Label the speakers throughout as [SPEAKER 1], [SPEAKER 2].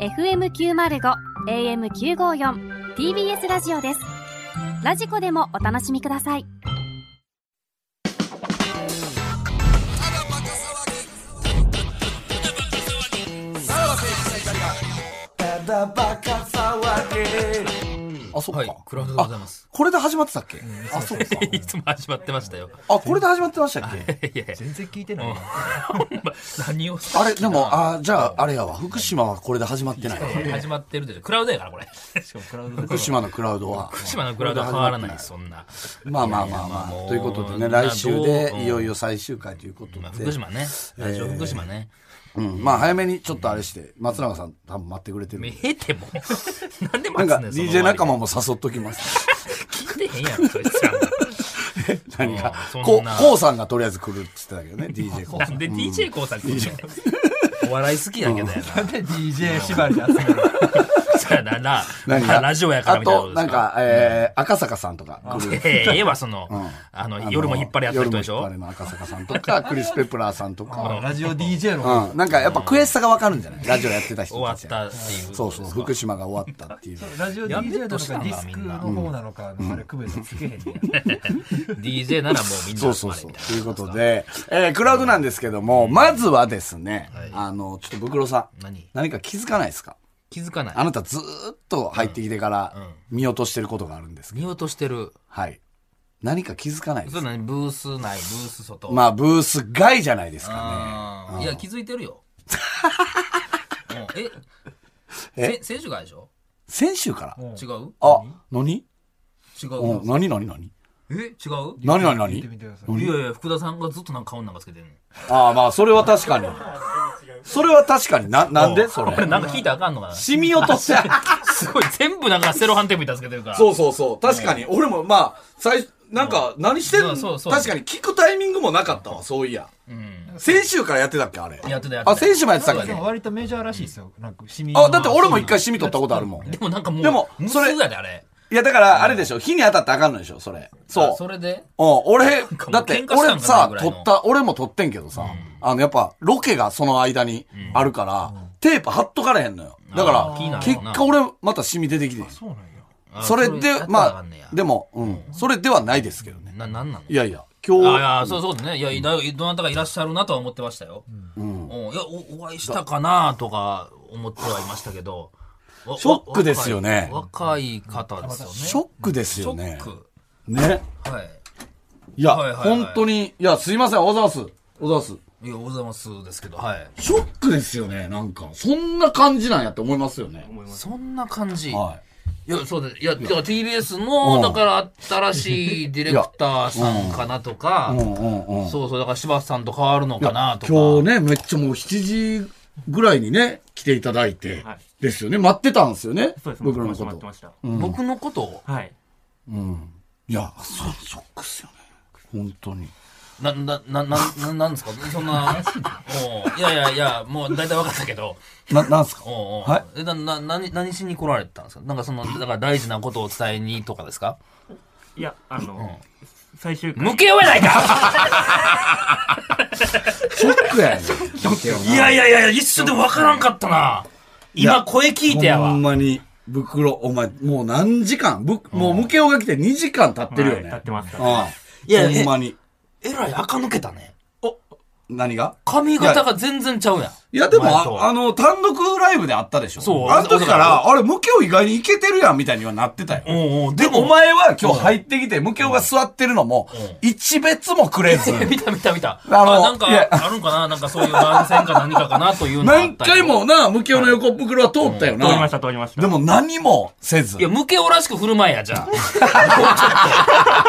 [SPEAKER 1] FM905 AM954 TBS ラジオですラジコでもお楽しみください
[SPEAKER 2] あ、そっか。
[SPEAKER 3] はい、クラウドでございます。
[SPEAKER 2] これで始まってたっけ、あ、そうか。
[SPEAKER 3] いつも始まってました よ。
[SPEAKER 2] あ、これで始まってましたっ け
[SPEAKER 3] いやいや
[SPEAKER 4] 全然聞いてない。
[SPEAKER 3] 何を
[SPEAKER 2] あれ、でも、あ、じゃあ、あれやわ。福島はこれで始まって ない。
[SPEAKER 3] 始まってるでしょ。クラウドやから、これ。
[SPEAKER 4] しかもクラウドで
[SPEAKER 2] 福島のクラウドは。
[SPEAKER 3] 福島のクラウドは変わらない、そんな。
[SPEAKER 2] まあまあまあま
[SPEAKER 3] いやいやまあも
[SPEAKER 2] あ。
[SPEAKER 3] う
[SPEAKER 2] ということでね、
[SPEAKER 3] な
[SPEAKER 2] 来週
[SPEAKER 3] ど
[SPEAKER 2] で
[SPEAKER 3] う
[SPEAKER 2] いよいよ最終回ということ
[SPEAKER 3] まあ
[SPEAKER 2] で
[SPEAKER 3] 福。島ね。ラジオ福島ね。
[SPEAKER 2] うん。まあ早めにちょっとあれして、松永さん多分待ってくれて
[SPEAKER 3] め
[SPEAKER 2] る。
[SPEAKER 3] えても。 なんで
[SPEAKER 2] なん
[SPEAKER 3] 待
[SPEAKER 2] か
[SPEAKER 3] つねんその
[SPEAKER 2] DJ 仲間
[SPEAKER 3] も。
[SPEAKER 2] も誘っときます。
[SPEAKER 3] 聞いてへんやん、そいつら。
[SPEAKER 2] 何 か
[SPEAKER 3] そ、んな
[SPEAKER 2] こう、こうさんがとりあえず来るって言ってたけどね、DJ こう
[SPEAKER 3] な
[SPEAKER 2] さ
[SPEAKER 3] ん
[SPEAKER 2] ん。
[SPEAKER 3] で DJ こうさん来んねんお笑い好きやけどやな。
[SPEAKER 4] なんで DJ 縛りで集める
[SPEAKER 3] そうやな、な、
[SPEAKER 2] 何
[SPEAKER 3] まあ
[SPEAKER 2] か
[SPEAKER 3] ラジオやから
[SPEAKER 2] あ、
[SPEAKER 3] みたいなことと
[SPEAKER 2] な
[SPEAKER 3] です
[SPEAKER 2] ん
[SPEAKER 3] か。
[SPEAKER 2] か、えー赤坂さんとか来る。
[SPEAKER 3] ええええわ、その、あの、夜も引っ張り合った人でし
[SPEAKER 2] 夜も引っ
[SPEAKER 3] ょ
[SPEAKER 2] 張りの赤坂さんとか、クリス・ペプラーさんとか。
[SPEAKER 4] ラジオ DJ の。
[SPEAKER 2] うん。なんかやっぱ悔しさがわかるんじゃないラジオやってた人
[SPEAKER 3] 終わ
[SPEAKER 2] た
[SPEAKER 3] っ
[SPEAKER 2] ち
[SPEAKER 3] た
[SPEAKER 2] や。
[SPEAKER 3] っていう。
[SPEAKER 2] そうそう、福島が終わったっていう。
[SPEAKER 4] ラジオ
[SPEAKER 3] やめ
[SPEAKER 4] DJ なの
[SPEAKER 3] とした
[SPEAKER 4] か
[SPEAKER 3] ん
[SPEAKER 4] デ
[SPEAKER 3] だ
[SPEAKER 4] ィスクの方なのか、あれ区別つけへんねや。
[SPEAKER 3] DJ ならもうみんな
[SPEAKER 2] そうそうそう。ということで、えー、クラウドなんですけども、まずはですね、あの、ちょっとブクロさん。
[SPEAKER 3] 何
[SPEAKER 2] 何か気づかないですか
[SPEAKER 3] 気づかない
[SPEAKER 2] あなたずーっと入ってきてから見落としてることがあるんですけど、
[SPEAKER 3] 見落としてる
[SPEAKER 2] はい。何か気づかないです
[SPEAKER 3] それ
[SPEAKER 2] か
[SPEAKER 3] 何ブース内ブース外、
[SPEAKER 2] まあ、ブース外じゃないですか
[SPEAKER 3] あーいや気づいてるようんえ
[SPEAKER 2] え
[SPEAKER 3] せ選手がでし
[SPEAKER 2] ね。
[SPEAKER 3] ょ
[SPEAKER 2] 先週から。
[SPEAKER 3] 違う
[SPEAKER 2] あ、何
[SPEAKER 3] 違
[SPEAKER 2] う、
[SPEAKER 3] うん
[SPEAKER 2] 何何何
[SPEAKER 3] え違う
[SPEAKER 2] 何何
[SPEAKER 4] 見
[SPEAKER 2] 何
[SPEAKER 4] てみてくださ
[SPEAKER 3] いやいや福田さんがずっとなんか顔なんかつけてんねん
[SPEAKER 2] ああ、まあ、それは確かに。それは確かに。な、なんでそ
[SPEAKER 3] これ
[SPEAKER 2] れ。
[SPEAKER 3] なんか聞いたらあかんのかな
[SPEAKER 2] 染み落として。
[SPEAKER 3] すごい全部なんかセロハンテープみたいなのつけてるか ら
[SPEAKER 2] そうそうそう。確かに。俺も、まあ、最、なんか、何してんの
[SPEAKER 3] そうそうそう
[SPEAKER 2] 確かに聞くタイミングもなかったわ、そういや。
[SPEAKER 3] うん
[SPEAKER 2] 先週からやってたっけ、あれ。
[SPEAKER 3] やってたやってた
[SPEAKER 2] あ、先週もやってたっ
[SPEAKER 4] い。で
[SPEAKER 2] け
[SPEAKER 4] も割とメジャーらしいですよ。なんか市民
[SPEAKER 2] あ、だって俺も一回染み取ったことあるもん。
[SPEAKER 3] でもなんかもう
[SPEAKER 2] でも
[SPEAKER 3] 無数
[SPEAKER 2] それ
[SPEAKER 3] やであれ
[SPEAKER 2] いや、だから、あれでしょ。火に当たってあかんのでしょ、それ。そ
[SPEAKER 3] あ
[SPEAKER 2] う。
[SPEAKER 3] それで
[SPEAKER 2] うん、俺
[SPEAKER 3] かも、う
[SPEAKER 2] だって
[SPEAKER 3] 喧、嘩した
[SPEAKER 2] 俺
[SPEAKER 3] んかな
[SPEAKER 2] さ
[SPEAKER 3] ぐ、らい
[SPEAKER 2] 撮
[SPEAKER 3] の
[SPEAKER 2] った、俺も撮ってんけどさ、あの、やっぱ、ロケがその間にあるから、テープ貼っとかれへんのよ。だ
[SPEAKER 3] あー気に
[SPEAKER 2] か
[SPEAKER 3] な
[SPEAKER 2] ら、
[SPEAKER 3] る
[SPEAKER 2] 結
[SPEAKER 3] よな
[SPEAKER 2] 果俺、またシミ出てきてん
[SPEAKER 4] そうなんや。
[SPEAKER 3] あ
[SPEAKER 2] それ
[SPEAKER 3] やっ
[SPEAKER 2] で
[SPEAKER 3] た、ら
[SPEAKER 2] ま
[SPEAKER 3] かんねや
[SPEAKER 2] あ、でも、うん、それではないですけどね。
[SPEAKER 3] ななんなの
[SPEAKER 2] いやいや、今
[SPEAKER 3] あい
[SPEAKER 2] 日、
[SPEAKER 3] や、そうそうですね。いや、いだどなたかいらっしゃるなとは思ってましたよ。うん。いや、おお会いしたかなとか思ってはいましたけど。わ
[SPEAKER 2] ショックですよね
[SPEAKER 3] わ若い若い方ですよね。
[SPEAKER 2] ショックですよね
[SPEAKER 3] ショ。ック
[SPEAKER 2] ね。
[SPEAKER 3] はい。
[SPEAKER 2] いや、
[SPEAKER 3] はいはいはい
[SPEAKER 2] 本当に、いや、すいません、おざわす。おざわす。
[SPEAKER 3] いや、おはようございますですけど、はい。
[SPEAKER 2] ショックですよね、なんか。そんな感じなんやって思いますよね。
[SPEAKER 3] そんな感じ。。
[SPEAKER 2] はい
[SPEAKER 3] や、そうです。いや、だからTBS
[SPEAKER 2] うん
[SPEAKER 3] の、だから、新しいディレクターさんかなとか
[SPEAKER 2] い。う、んうんうん。
[SPEAKER 3] そうそう、だから柴田さんと変わるのかなとか。
[SPEAKER 2] 今日ね、めっちゃもう7時ぐらいにね、来ていただいて、
[SPEAKER 5] はい
[SPEAKER 2] ですよね。待ってたんですよね。
[SPEAKER 5] そうです
[SPEAKER 2] 僕らのこ
[SPEAKER 5] 待って
[SPEAKER 2] と
[SPEAKER 5] ま。した。
[SPEAKER 3] 僕のことを、
[SPEAKER 5] はい。
[SPEAKER 2] いや、そう、ショックっすよね。本当に。
[SPEAKER 3] な、な、な、な、ななんですか そんな、おういやいやいや、もう大体分かったけど、
[SPEAKER 2] な、なんすか
[SPEAKER 3] おうおう
[SPEAKER 2] はい
[SPEAKER 3] え、な、な、何、何しに来られてたんですかなんかその、だから大事なことを伝えにとかですか
[SPEAKER 5] いや、あの、最終回。
[SPEAKER 3] 向けようやないか
[SPEAKER 2] ショックやね
[SPEAKER 3] いやいやいや、一瞬で分からんかったな。今声聞いてや
[SPEAKER 2] ほ
[SPEAKER 3] わ
[SPEAKER 2] ん。まに、袋、お前、もう何時間ぶもう、ムケオが来て2時間経ってるよ
[SPEAKER 5] はい
[SPEAKER 2] ね。
[SPEAKER 5] 経ってます
[SPEAKER 2] ああ
[SPEAKER 3] いや
[SPEAKER 2] ほんまに。
[SPEAKER 3] えらい垢抜けたね。
[SPEAKER 2] 何が
[SPEAKER 3] 髪型が全然ちゃうやん。
[SPEAKER 2] いや、でも、
[SPEAKER 3] 前と
[SPEAKER 2] あ
[SPEAKER 3] は
[SPEAKER 2] あの、単独ライブであったでしょ。
[SPEAKER 3] そう
[SPEAKER 2] あの時から、あれ、ムケオ意外にいけてるやん、みたいにはなってたよ。
[SPEAKER 3] おうおう
[SPEAKER 2] で
[SPEAKER 3] で
[SPEAKER 2] も、
[SPEAKER 3] も
[SPEAKER 2] お前は今日入ってきて、ムケオが座ってるのも、一別もくれず、
[SPEAKER 3] 見た見た見た。あ
[SPEAKER 2] あの
[SPEAKER 3] なんか
[SPEAKER 2] いや、
[SPEAKER 3] あるんかななんかそういう番宣か何かかなというのがあ
[SPEAKER 2] 何
[SPEAKER 3] ったよ
[SPEAKER 2] 回もな、ムケオの横袋は通ったよ
[SPEAKER 5] 通りま
[SPEAKER 2] な
[SPEAKER 5] し。た、通りました。
[SPEAKER 2] でも何もせず。
[SPEAKER 3] いや、ムケオらしく振る舞いや、じゃあ。もうちょっと。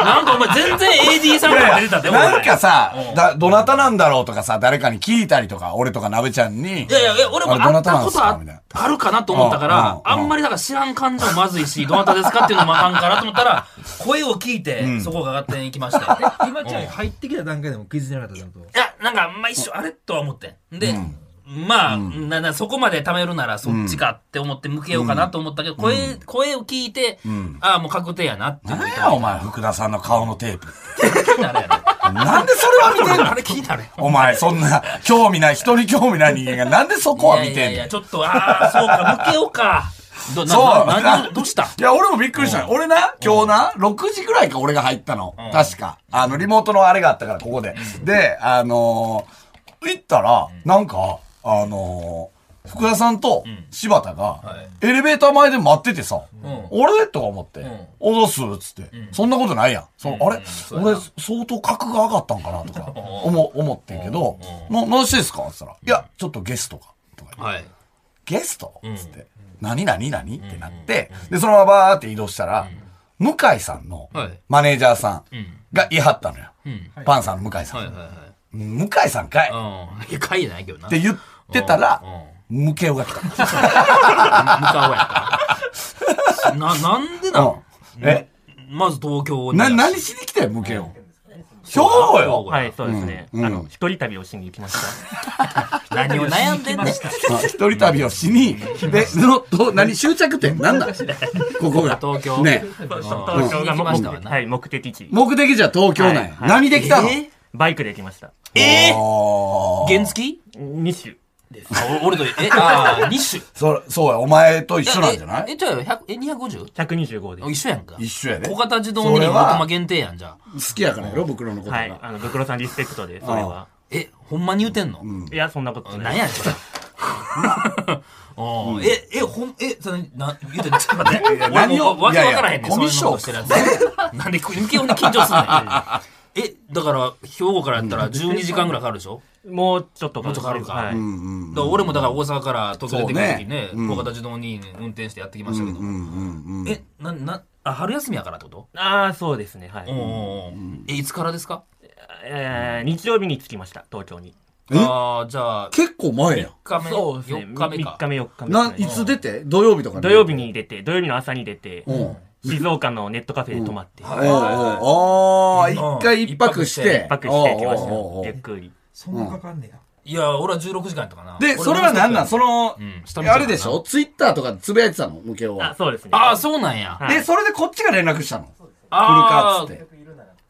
[SPEAKER 3] なんかお前全然 AD さんから出てたで、お前
[SPEAKER 2] なんかさ、だ、どなたなんだろうとかさ、誰かに聞いたりとか、俺とか鍋ちゃんに。
[SPEAKER 3] いやいやいや、俺も
[SPEAKER 2] あれど
[SPEAKER 3] 会
[SPEAKER 2] な
[SPEAKER 3] ったた
[SPEAKER 2] なん
[SPEAKER 3] こ
[SPEAKER 2] す
[SPEAKER 3] と
[SPEAKER 2] か
[SPEAKER 3] あ
[SPEAKER 2] みたいな
[SPEAKER 3] あるかなと思ったか
[SPEAKER 2] うんう
[SPEAKER 3] ら
[SPEAKER 2] ん、
[SPEAKER 3] あんまりだから知らん感情まずいし、どなたですかっていうのもあかんからと思ったら、声を聞いて、そこが勝手に行きましたよ。
[SPEAKER 4] 今ちゃん入ってきた段階でも気づいてなかったちゃんと。
[SPEAKER 3] いや、なんか、まあ一緒、あれとは思ってん。で、まあ、ななそこまで貯めるならそっちかって思って向けようかなと思ったけど、声、声を 聞いて、ああ、もう確定やなっていう
[SPEAKER 2] 何や、お前、福田さんの顔のテープ。
[SPEAKER 3] 誰やねん
[SPEAKER 2] なんでそれは見てんの
[SPEAKER 3] あれ気になる。
[SPEAKER 2] お前、そんな、興味ない、人に興味ない人間が、なんでそこは見
[SPEAKER 3] いや
[SPEAKER 2] て
[SPEAKER 3] いやい
[SPEAKER 2] んの
[SPEAKER 3] や、ちょっと、ああ、そうか、向けようか。ど、な、
[SPEAKER 2] そう
[SPEAKER 3] な何をどうした
[SPEAKER 2] いや、俺もびっくりしたよ。俺な、今日な、6時ぐらいか俺が入ったの。確か。あの、リモートのあれがあったから、ここで。で、あのー行ったら、なんか、あのー福田さんと柴田が、エレベーター前で待っててさ、
[SPEAKER 3] ん
[SPEAKER 2] 俺とか思って、おどすっつって、そんなことないやん。そのあれ、
[SPEAKER 3] そうやな
[SPEAKER 2] 俺、相当格が上がったんかなとか、思、思ってんけど、な、何してんすかって言ったら、いや、ちょっとゲストが、とか言って
[SPEAKER 3] はい。
[SPEAKER 2] ゲストつって、何何何ってなって、で、そのままバーって移動したら、向井さんの
[SPEAKER 3] はい
[SPEAKER 2] マネージャーさんが言い張ったのよ。
[SPEAKER 3] うん。
[SPEAKER 2] パンさんの向井さ
[SPEAKER 3] はい
[SPEAKER 2] ん。
[SPEAKER 3] はいは
[SPEAKER 2] 向井さんかいっ
[SPEAKER 3] い。うん。いや、かいやないけどな。
[SPEAKER 2] て
[SPEAKER 3] う
[SPEAKER 2] 言ってたら
[SPEAKER 3] ん、うん
[SPEAKER 2] ムケオ が来た。
[SPEAKER 3] 向かおうやから。 な、なんでな
[SPEAKER 2] うん
[SPEAKER 3] ん、
[SPEAKER 2] え、
[SPEAKER 3] まず東京に。
[SPEAKER 2] な、何しに来てんムケオ。兵
[SPEAKER 3] そう
[SPEAKER 2] 庫
[SPEAKER 3] 兵
[SPEAKER 2] よ
[SPEAKER 3] 庫
[SPEAKER 5] はい、そうですね。
[SPEAKER 2] うん
[SPEAKER 5] あの、一人旅をしに行 きました。
[SPEAKER 3] 何を悩んで
[SPEAKER 2] ま
[SPEAKER 3] んねん。
[SPEAKER 2] あ 一人旅をしに、で、その、どう何、終着点なんだここが。
[SPEAKER 3] 東京
[SPEAKER 2] ね。
[SPEAKER 5] 東京が
[SPEAKER 3] 行きました
[SPEAKER 5] 目
[SPEAKER 3] わな
[SPEAKER 5] はい目的地。
[SPEAKER 2] 目的地は東京
[SPEAKER 5] は
[SPEAKER 2] 内
[SPEAKER 5] い。はい
[SPEAKER 2] 何で来たの
[SPEAKER 3] え
[SPEAKER 5] バイクで行きました。
[SPEAKER 3] えー
[SPEAKER 2] おー
[SPEAKER 3] 原付
[SPEAKER 5] 2種。
[SPEAKER 3] あお俺と、え、 ああ、日誌。
[SPEAKER 2] そ、そうや、お前と一緒なんじゃない
[SPEAKER 3] え、えちょい、100え、250?
[SPEAKER 5] 125で。
[SPEAKER 3] 一緒やんか。
[SPEAKER 2] 一緒やで。
[SPEAKER 3] 小
[SPEAKER 2] 好
[SPEAKER 3] 型自動に
[SPEAKER 2] それ
[SPEAKER 3] 元
[SPEAKER 2] は
[SPEAKER 3] 間限定やんじゃあ。
[SPEAKER 2] きやからやろ、袋のこと
[SPEAKER 5] はい
[SPEAKER 2] が。。
[SPEAKER 5] あの、ブクロさんリスペクトで、それは。
[SPEAKER 3] え、ほんまに言うてんの
[SPEAKER 5] いや、そんなことな
[SPEAKER 3] 何
[SPEAKER 5] い。
[SPEAKER 3] やねん、それ。おーえ、え、ほん、え、その、な、言うて、ちょっと待って。俺
[SPEAKER 2] 何を
[SPEAKER 3] もわわけ
[SPEAKER 2] いや
[SPEAKER 3] わ
[SPEAKER 2] いや
[SPEAKER 3] からへんねん、
[SPEAKER 2] コミュ
[SPEAKER 3] そういうのしてるやつ。なんで、向けように緊張すんねん。え、だから、兵庫からやったら12時間ぐらいかかるでしょ
[SPEAKER 5] もうちょっと
[SPEAKER 3] もうちょっとあるか
[SPEAKER 5] はい。
[SPEAKER 2] うんうん
[SPEAKER 3] だから俺もだから大阪から東京出てくる時にね、
[SPEAKER 2] そうねうん
[SPEAKER 3] 小型自動に運転してやってきましたけど。
[SPEAKER 2] うんうんうん。
[SPEAKER 3] え、な、な、あ、春休みやからってこと
[SPEAKER 5] ああ、そうですね。は
[SPEAKER 3] おうおう
[SPEAKER 5] い。
[SPEAKER 3] おうえ、いつからですか
[SPEAKER 5] えー日曜日に着きました、東京に。
[SPEAKER 2] え
[SPEAKER 3] ああ、じゃあ、
[SPEAKER 2] 結構前やん。
[SPEAKER 3] 4日目、
[SPEAKER 5] そうですね。
[SPEAKER 3] 4日目か
[SPEAKER 5] 3。日目、4日目
[SPEAKER 2] な、
[SPEAKER 5] ですね。
[SPEAKER 2] いつ出て土曜日とか
[SPEAKER 5] 土曜日。に出て、土曜日の朝に出て
[SPEAKER 2] う、ん。
[SPEAKER 5] 静岡のネットカフェで泊まって、
[SPEAKER 2] おうおうあー、一回一泊し
[SPEAKER 3] うん
[SPEAKER 2] て。
[SPEAKER 5] 一泊してきました
[SPEAKER 2] おうおうお。う
[SPEAKER 5] ゆっくり。
[SPEAKER 4] そんなかかんねえや。
[SPEAKER 3] いや、俺は16時間やったかな。
[SPEAKER 2] で、それは何なんそ
[SPEAKER 3] の、
[SPEAKER 2] の
[SPEAKER 3] うん、下道やな
[SPEAKER 2] あれでしょツイッターとかでつぶやいてたの向け
[SPEAKER 5] あ、
[SPEAKER 2] は。
[SPEAKER 5] そうですね。
[SPEAKER 3] ああ、そうなんや。
[SPEAKER 5] はい
[SPEAKER 2] で、それでこっちが連絡したの。来る
[SPEAKER 3] あ
[SPEAKER 2] か
[SPEAKER 3] あ
[SPEAKER 2] っつって。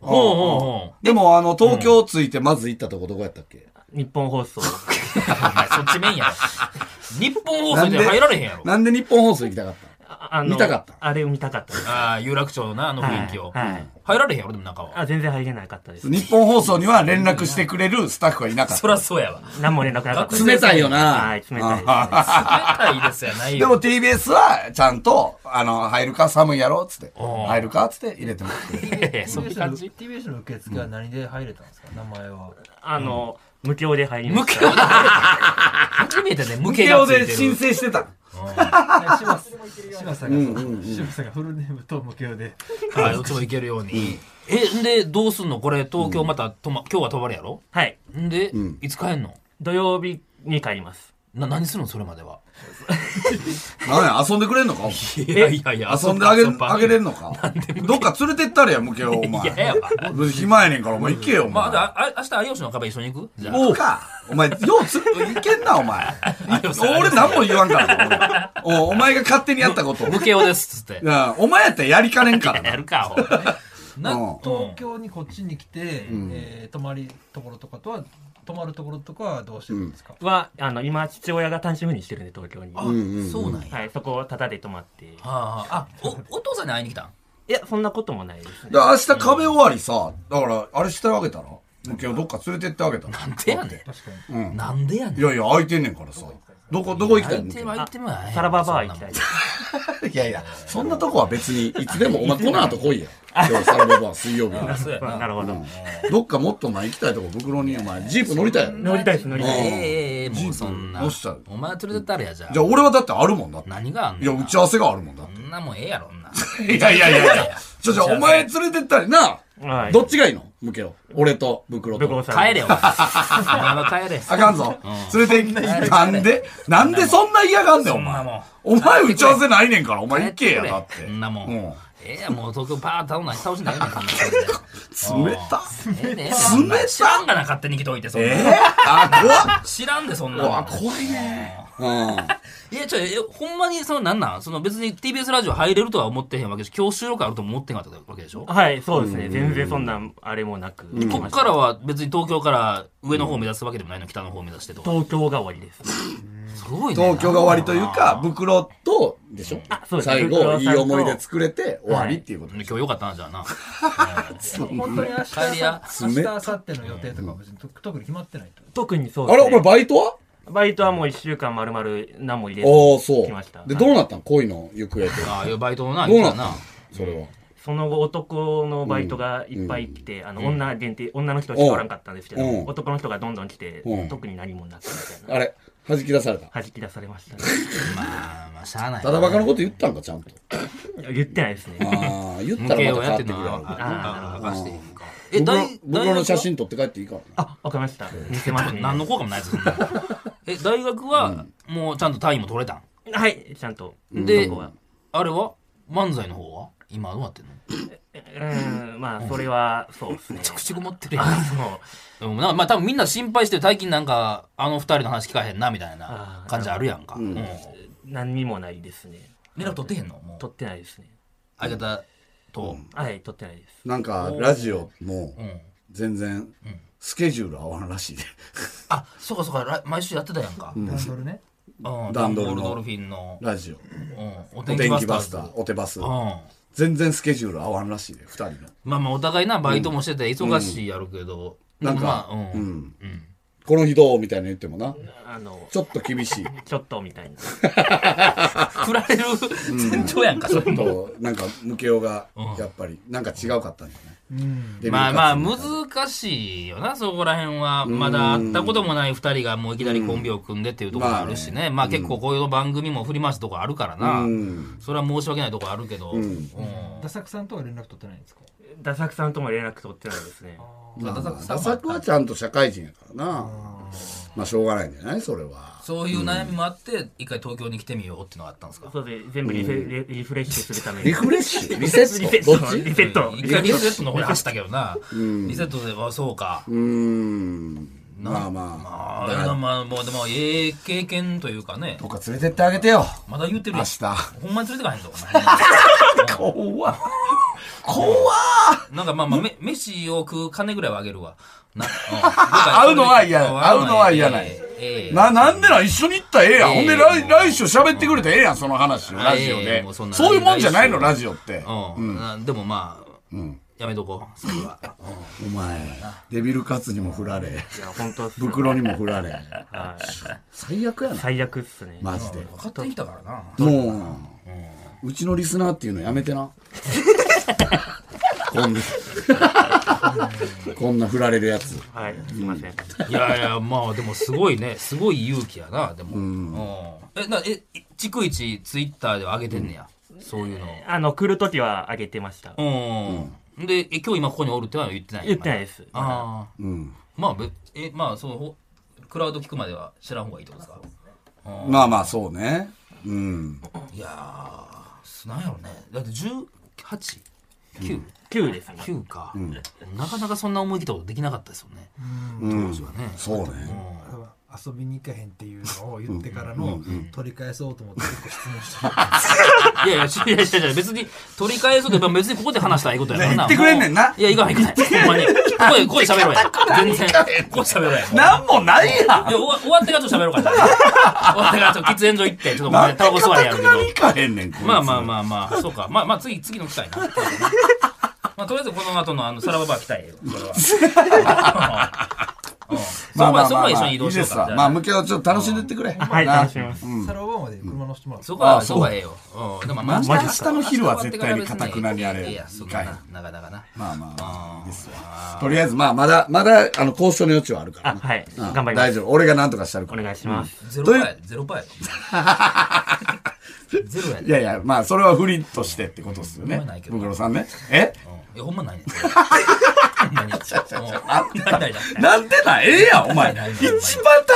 [SPEAKER 3] ほうほうほう。
[SPEAKER 2] でも、あの、東京着いてまず行ったとこどこやったっけ
[SPEAKER 5] 日本 放
[SPEAKER 3] お
[SPEAKER 5] 送。
[SPEAKER 3] 前そっちメインやろ。日本放送で入られへんやろ。
[SPEAKER 2] なんで日本放送行きたかったの
[SPEAKER 5] ああの
[SPEAKER 2] 見たかった
[SPEAKER 5] あれを見たかったです。
[SPEAKER 3] ああ、有楽町のな、あの雰囲気を。
[SPEAKER 5] はいはい
[SPEAKER 3] 入られへんやろ、でも中は。
[SPEAKER 5] あ、全然入れなかったです。
[SPEAKER 2] 日本放送には連絡してくれるスタッフはいなかっ
[SPEAKER 3] そ
[SPEAKER 2] た。
[SPEAKER 3] らそうやわ。
[SPEAKER 5] 何も連絡なかったで す。
[SPEAKER 2] 冷たいよな。
[SPEAKER 5] はい、冷たいです
[SPEAKER 2] あはは
[SPEAKER 3] 冷たいですやない
[SPEAKER 2] で
[SPEAKER 3] よ。
[SPEAKER 2] も TBS はちゃんと、あの、入るか寒いやろっつって、
[SPEAKER 3] おう
[SPEAKER 2] 入るかっつって入れてもらって。
[SPEAKER 3] いやいやそんな感じ。
[SPEAKER 4] TBS の受付は何で入れたんですか名前は。
[SPEAKER 5] あの、無料で入りま
[SPEAKER 3] 無
[SPEAKER 5] し
[SPEAKER 3] 形
[SPEAKER 5] た。
[SPEAKER 3] だ。初めてね、 無形がついてる。
[SPEAKER 2] 請してた。
[SPEAKER 4] はい柴田柴田さんがそう、柴田さんがフルネームと無形で。
[SPEAKER 3] ああ、どっちも行けるように。え、んで、どうすんのこれ、東京また、とま、今日は泊まるやろ
[SPEAKER 5] はい。
[SPEAKER 3] んで
[SPEAKER 2] うん、
[SPEAKER 3] いつ帰んの
[SPEAKER 5] 土曜日に帰ります。
[SPEAKER 3] な、何するのそれまでは。
[SPEAKER 2] なんや、遊んでくれんのか
[SPEAKER 3] いやいやいや、
[SPEAKER 2] 遊んであげる、あげれ
[SPEAKER 3] る。
[SPEAKER 2] んのかどっか連れてったらや、向けを、お
[SPEAKER 3] いや、
[SPEAKER 2] 前。
[SPEAKER 3] やば。
[SPEAKER 2] 暇やねんから、お前行けよ、お
[SPEAKER 3] ま
[SPEAKER 2] 前。
[SPEAKER 3] あ、あ、あ、明日有吉の壁一緒に行くじゃあ。
[SPEAKER 2] おうか。お前、ようつ、いけんな、お 前。俺何も言わんからな、おうお前が勝手にやったことを。
[SPEAKER 3] 無形です、つって
[SPEAKER 2] い。やお前やったらやりかねんから
[SPEAKER 3] や
[SPEAKER 2] な。
[SPEAKER 3] るか、ほら。
[SPEAKER 2] うん
[SPEAKER 3] な、
[SPEAKER 4] 東
[SPEAKER 3] 東京。
[SPEAKER 4] 京にこっちに来て、えー泊まりところとかとは、泊まるところとかはどうしてるんですか
[SPEAKER 5] は、あの、今、父親が単身赴任してるんで、東京に。
[SPEAKER 3] あ
[SPEAKER 5] は、
[SPEAKER 3] そうなんや。
[SPEAKER 5] い、そこをタダで泊まって。い
[SPEAKER 3] ああ、お、お父さんに会いに来たん
[SPEAKER 5] や、そんなこともないですね。
[SPEAKER 2] で明日壁終わりさ、だから、あれしてあげたら向けをどっか連れてってあげたら。
[SPEAKER 3] なんでやね
[SPEAKER 4] 確かに。
[SPEAKER 3] ん。なんでやね
[SPEAKER 2] い
[SPEAKER 3] ん。
[SPEAKER 2] やいや、空いてんねんからさ。どこ、どこ行きた
[SPEAKER 3] 相
[SPEAKER 2] いの
[SPEAKER 3] 手は相手もない。
[SPEAKER 5] サラババー行きたいです。
[SPEAKER 2] いやいや、そんなとこは別に、いつでも、お前この後来いや。今日サラババ水曜日や
[SPEAKER 3] そうやな。
[SPEAKER 5] なるほど。
[SPEAKER 2] どっかもっと前行きたいとこ、袋に、お前、ジープ乗りたいやろ
[SPEAKER 5] 乗りたいです、乗り
[SPEAKER 3] え
[SPEAKER 5] たいで
[SPEAKER 3] えええ、もうそんな
[SPEAKER 2] どうした。
[SPEAKER 3] お前連れてったらや、じゃあ
[SPEAKER 2] じゃ。あ俺はだってあるもんだって。
[SPEAKER 3] 何があん
[SPEAKER 2] い
[SPEAKER 3] の
[SPEAKER 2] や、打ち合わせがあるもんだっ
[SPEAKER 3] そんなもんええやろ、ん な。
[SPEAKER 2] て。いやいやいやいや。じゃあじゃあお前連れてったりな
[SPEAKER 5] す。は、い。
[SPEAKER 2] どっちがいいの向けよ。俺と袋
[SPEAKER 5] ブクロ
[SPEAKER 2] と。
[SPEAKER 5] さん。
[SPEAKER 3] 帰れよ、お前。お前は帰れ。
[SPEAKER 2] あかんぞ。連れて行き
[SPEAKER 3] ん
[SPEAKER 2] なんでなんでそんな嫌がんねん、お
[SPEAKER 3] そんな
[SPEAKER 2] 前。
[SPEAKER 3] も
[SPEAKER 2] お前打ち合わせないねんから、お前行けや、だって。
[SPEAKER 3] そんなもん。
[SPEAKER 2] うん
[SPEAKER 3] ええや、もう東京パーッと倒しないよ、そんな
[SPEAKER 2] 冷た。
[SPEAKER 3] それで。 冷
[SPEAKER 2] 冷た
[SPEAKER 3] 知らんがな、勝手に来といて、そん
[SPEAKER 2] え
[SPEAKER 3] な
[SPEAKER 2] え。あ、怖っ。
[SPEAKER 3] 知らんで、そんな
[SPEAKER 2] う
[SPEAKER 3] も
[SPEAKER 2] わ、
[SPEAKER 3] ん。
[SPEAKER 2] 怖いね。うん。
[SPEAKER 3] いや、ちょ、えほんまに、その、なんなんその、別に TBS ラジオ入れるとは思ってへんわけでし、今日収録あるとも思ってへんかったわけでしょ
[SPEAKER 5] はい、そうですね。全然そんな、あれもなく。
[SPEAKER 3] こっからは別に東京から上の方を目指すわけでもないの、北の方を目指してとか。
[SPEAKER 5] 東京が終わりです。
[SPEAKER 3] すごいね。
[SPEAKER 2] 東京が終わりというか、袋と、でしょ
[SPEAKER 5] あそうです
[SPEAKER 2] 最
[SPEAKER 5] 袋
[SPEAKER 2] 後、
[SPEAKER 5] さんと
[SPEAKER 2] いい思い出作れて終わりっていうこと。
[SPEAKER 3] 今日よかったな、じゃあな。
[SPEAKER 4] 本当に明日、
[SPEAKER 3] 帰りや
[SPEAKER 4] 明日、明後日の予定とかは別にと特に決まってないと。
[SPEAKER 5] 特にそう
[SPEAKER 2] あ
[SPEAKER 5] です、
[SPEAKER 2] れ、
[SPEAKER 5] ね。
[SPEAKER 2] お前バイトは
[SPEAKER 5] バイトはもう一週間まるまる何も入れず
[SPEAKER 2] ああ、
[SPEAKER 5] に
[SPEAKER 2] そう
[SPEAKER 5] 来ました。。
[SPEAKER 2] で、
[SPEAKER 5] はい
[SPEAKER 2] どうなったん恋の行方とか。
[SPEAKER 3] ああいうバイトのな、
[SPEAKER 2] どう
[SPEAKER 3] 言
[SPEAKER 2] な
[SPEAKER 3] っ
[SPEAKER 2] ったた
[SPEAKER 3] な
[SPEAKER 2] の。それは。
[SPEAKER 5] その後男のバイトがいっぱい来て、あの女限定、女の人しかおらんかったんですけど、
[SPEAKER 2] うん
[SPEAKER 5] 男の人がどんどん来て、
[SPEAKER 2] うん
[SPEAKER 5] 特に何もなくみたいな。
[SPEAKER 2] あれ、弾き出された。
[SPEAKER 5] 弾き出されましたね。
[SPEAKER 3] まあ、まあ、しゃあない。
[SPEAKER 2] ただバカのこと言ったんか、ちゃんと。
[SPEAKER 5] いや言ってないですね。
[SPEAKER 2] ああ、言ったらま
[SPEAKER 3] 無形を
[SPEAKER 2] た変
[SPEAKER 3] や
[SPEAKER 2] わ
[SPEAKER 3] っ
[SPEAKER 2] ってて
[SPEAKER 3] ん
[SPEAKER 2] く
[SPEAKER 3] の
[SPEAKER 2] る
[SPEAKER 3] は
[SPEAKER 2] や、
[SPEAKER 3] ああ、明かしていいんか。え、
[SPEAKER 2] ろ。
[SPEAKER 3] 大、
[SPEAKER 2] 僕らの写
[SPEAKER 3] 大学は
[SPEAKER 2] 真撮って帰っていいからな。
[SPEAKER 5] あ、わかりました。見せますね。
[SPEAKER 3] 何の効果もな いですよ。そんなえ、大学は、もうちゃんと単位も取れた
[SPEAKER 5] はい、ちゃんと。
[SPEAKER 3] ん。で
[SPEAKER 5] そこは、
[SPEAKER 3] あれは漫才の方は今どうなってんの
[SPEAKER 5] うーん、まあ、それは、そうですね
[SPEAKER 3] め。ちゃくちゃ困ってるやん。
[SPEAKER 5] あの、
[SPEAKER 3] でもなまあ多分みんな心配してる最近なんかあの二人の話聞かへんなみたいな
[SPEAKER 5] あー
[SPEAKER 3] 感じあるやんか。うん。
[SPEAKER 5] 何にもないですね。
[SPEAKER 3] 連絡取ってへんのもう
[SPEAKER 5] 撮ってないですね。
[SPEAKER 3] 相方と。
[SPEAKER 5] はい、撮ってないです。
[SPEAKER 2] なんか、ラジオも
[SPEAKER 3] う、ん。
[SPEAKER 2] 全然、スケジュール合わんらしいで。
[SPEAKER 3] あそうかそうか来毎週やってたやんか。うん。
[SPEAKER 4] ハンドルね。
[SPEAKER 2] ダ
[SPEAKER 3] ダ
[SPEAKER 2] ン
[SPEAKER 3] ン
[SPEAKER 2] ド
[SPEAKER 3] ボ
[SPEAKER 2] ルの
[SPEAKER 3] ールドルフィンの、
[SPEAKER 2] ラジオ。
[SPEAKER 3] うん、お
[SPEAKER 2] お
[SPEAKER 3] 天気
[SPEAKER 2] 天
[SPEAKER 3] バ
[SPEAKER 2] 気
[SPEAKER 3] スタ
[SPEAKER 2] バスタ
[SPEAKER 3] ー
[SPEAKER 2] ー、
[SPEAKER 3] ズ。
[SPEAKER 2] お手バス
[SPEAKER 3] う。ん。
[SPEAKER 2] 全然スケジュール合わんらしいで、二人の。
[SPEAKER 3] まあまあお互いなバイトもしてて忙しいやるけど。
[SPEAKER 2] なん
[SPEAKER 3] ま
[SPEAKER 2] か
[SPEAKER 3] あ、うん。
[SPEAKER 2] う
[SPEAKER 3] うん
[SPEAKER 2] ん。この日どうみたいなの言ってもな。
[SPEAKER 5] あの、
[SPEAKER 2] ちょっと厳しい。
[SPEAKER 5] ちょっとみたいな。
[SPEAKER 3] 振られる前兆やんか、
[SPEAKER 2] ち
[SPEAKER 3] そ
[SPEAKER 2] ょ
[SPEAKER 3] れ
[SPEAKER 2] っと、なんか、ムケオが、やっぱり、なんか違うかったんじゃない
[SPEAKER 4] うん。
[SPEAKER 2] デビル
[SPEAKER 3] まあまあ
[SPEAKER 2] カツみ
[SPEAKER 3] 難しいよなそこら辺はまだ会ったこともない2人がもういきなりコンビを組んでっていうところもあるしね,、まあ結構こういう番組も振り回すとこあるからな、
[SPEAKER 2] ん
[SPEAKER 3] それは申し訳ないとこあるけど、うん
[SPEAKER 4] ダサクさんとは連絡取ってないんですか
[SPEAKER 5] ダサクさんとも連絡取ってないですね。
[SPEAKER 2] たいなまあまあダサくはちゃんと社会人やからな。まあ、しょうがないんじゃないそれは。
[SPEAKER 3] そういう悩みもあって一回東京に来てみようってのがあったんですか、
[SPEAKER 5] そうで、全部リフェリリフレッシュするために。
[SPEAKER 2] リフレッシュリセ
[SPEAKER 5] リ
[SPEAKER 2] ッ
[SPEAKER 5] セッ
[SPEAKER 2] トど
[SPEAKER 5] ト
[SPEAKER 2] っち
[SPEAKER 5] リ
[SPEAKER 2] う
[SPEAKER 5] セット
[SPEAKER 3] 一回リセットの方に走ったけどな、リセットであそうか、
[SPEAKER 2] ーん。まあま
[SPEAKER 3] あ
[SPEAKER 2] あ。だ
[SPEAKER 3] れ
[SPEAKER 2] か
[SPEAKER 3] が
[SPEAKER 2] ら、
[SPEAKER 3] まあもうでもええ経験というかね
[SPEAKER 2] どっか連れてってあげてよ。
[SPEAKER 3] まだ言うてる
[SPEAKER 2] 明
[SPEAKER 3] やん
[SPEAKER 2] 日。
[SPEAKER 3] ほんまに連れてかへんぞお前
[SPEAKER 2] 怖っ怖っ
[SPEAKER 3] なんかまあまあ、め、飯を食う金ぐらいはあげるわ。な、うん
[SPEAKER 2] 会うのは嫌や
[SPEAKER 3] ん
[SPEAKER 2] 会うのは嫌ない
[SPEAKER 3] ええええ
[SPEAKER 2] な、なんでなん一緒に行ったらええやん。
[SPEAKER 3] ええ
[SPEAKER 2] ほんで来、来週喋ってくれたらええやん、その話を、ラジオ
[SPEAKER 3] ええ
[SPEAKER 2] で
[SPEAKER 3] もうそん。な
[SPEAKER 2] そういうもんじゃないの、
[SPEAKER 3] 来週
[SPEAKER 2] ラジオって。
[SPEAKER 3] うんな。でもまあ、やめとこう。それは。
[SPEAKER 2] お前、デビルカツにも振られ、
[SPEAKER 5] いや、本当っすね
[SPEAKER 2] 袋にも振られ。
[SPEAKER 5] はい
[SPEAKER 2] 最悪やな。
[SPEAKER 5] 最悪っすね。
[SPEAKER 2] マジで。
[SPEAKER 3] 分かってきたからな。
[SPEAKER 2] もう、うちのリスナーっていうのやめて な。こんな、こんな振られるやつ。
[SPEAKER 5] はい、すいません。
[SPEAKER 3] いやいや、まあでもすごいね。すごい勇気やな、でも。うんえ、な、え、逐一ツイッターでは上げてんねや。そういうの
[SPEAKER 5] あの、来るときはあげてました。
[SPEAKER 3] を。うん。で、え今日今ここにおるってのは言ってない。
[SPEAKER 5] 言ってないですす。
[SPEAKER 3] ああ。
[SPEAKER 2] うん。
[SPEAKER 3] まあ、べえ、まあ、そのほ、クラウド聞くまでは知らん方がいいってことですか
[SPEAKER 2] まあまあ、そうね。うん。
[SPEAKER 3] いやー、なんやろね。だって1 8 9
[SPEAKER 5] 9ですね。
[SPEAKER 3] 9か、なかなかそんな思い切ったことできなかったですよね。当時はね。
[SPEAKER 2] そうね。
[SPEAKER 4] 遊びに行かへんっていうのを言ってからの取り返そうと思って結構質問し
[SPEAKER 3] い
[SPEAKER 4] てる。
[SPEAKER 3] やいや、しいやいやいや、別に取り返そうと、別にここで話したらいいことやからな。
[SPEAKER 2] 言ってくれんねんな
[SPEAKER 3] もういや、行かない行かない。ほんまに。ここで、ここで喋ろうや。全然。ここで喋ろうや。いや、
[SPEAKER 2] なんもないやん
[SPEAKER 3] 終わ終わってからちょっと喋ろうか じゃあ。終わってからちょっと喫煙所行って、ちょっとごめん、タバコ吸われやるけど。
[SPEAKER 2] いかへんねん、こいつ
[SPEAKER 3] まあまあまあまあ、そうか。まあまあ次、次の機会な。 まあとりあえずこの後のあの、サラババー来たいよ。それは。うんそこは、そこは一緒に移動しよう
[SPEAKER 2] いい
[SPEAKER 3] か
[SPEAKER 2] ですわ。
[SPEAKER 3] ら。
[SPEAKER 2] まあ、向けをちょっと楽しんでってくれ。
[SPEAKER 5] はい、
[SPEAKER 2] な
[SPEAKER 5] 楽しみます。
[SPEAKER 4] サラバーまで車乗せてもらって。
[SPEAKER 3] そこは、
[SPEAKER 2] あ
[SPEAKER 3] そ
[SPEAKER 2] そう
[SPEAKER 3] こはええよ。うん。でもまあ、
[SPEAKER 2] 明日の昼は絶対にかたくなにあれ
[SPEAKER 3] いや、そうかな。なかなかな。
[SPEAKER 2] まあまあまあ、いいですわ。とりあえず、まあ、まだ、まだ、あの、交渉の余地はあるから
[SPEAKER 5] あ、
[SPEAKER 2] な。
[SPEAKER 5] はい、
[SPEAKER 2] うん
[SPEAKER 5] 頑張りま
[SPEAKER 2] 大
[SPEAKER 5] す。
[SPEAKER 2] 丈夫。俺が何とかしてやる
[SPEAKER 5] お
[SPEAKER 2] から。
[SPEAKER 5] 願いします。
[SPEAKER 3] ゼロパーや、ゼロパーや。ゼロや
[SPEAKER 2] い
[SPEAKER 3] で。
[SPEAKER 2] やいや、まあ、それは不利としてってことですよ
[SPEAKER 3] ほん
[SPEAKER 2] ね
[SPEAKER 3] まない。けど
[SPEAKER 2] ブクロさんね。え
[SPEAKER 3] うんいや、ほんまないねん。 それほんまに。うんないないない
[SPEAKER 2] なんでなんええやん、お前。一
[SPEAKER 3] ないな
[SPEAKER 2] 番
[SPEAKER 3] い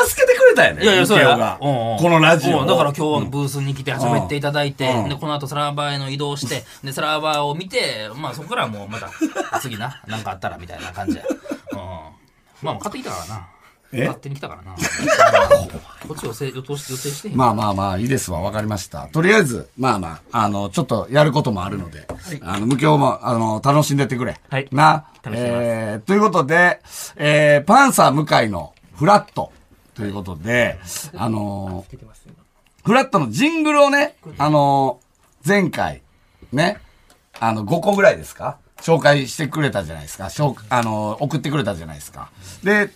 [SPEAKER 2] 助けてくれたやね
[SPEAKER 3] いやいや、そう
[SPEAKER 2] ミケオ
[SPEAKER 3] や
[SPEAKER 2] が。
[SPEAKER 3] うんう
[SPEAKER 2] こ
[SPEAKER 3] ん
[SPEAKER 2] のラジオ
[SPEAKER 3] う
[SPEAKER 2] を。
[SPEAKER 3] んだから今日はブースに来て喋っていただいて、
[SPEAKER 2] うん
[SPEAKER 3] で、この後サラバーへの移動 して、で、サラバーを見て、まあそこからもうまた、次な、なんかあったらみたいな感じや。うん。まあもう買ってきたからな。
[SPEAKER 2] え
[SPEAKER 3] 勝手に来たから な。こっち予定、予定してへん。
[SPEAKER 2] まあまあまあ、いいですわ。わかりました。とりあえず、まあまあ、あの、ちょっとやることもあるので、あの、無教も、あの、楽しんでってくれ。
[SPEAKER 5] はい
[SPEAKER 2] な。
[SPEAKER 5] 楽しみます
[SPEAKER 2] えーということで、えーパンサー向井のフラットということで、あのーフラットのジングルをね、あのー前回、ね、あの、5個ぐらいですか紹介してくれたじゃないですか。紹あのー送ってくれたじゃないですか。で、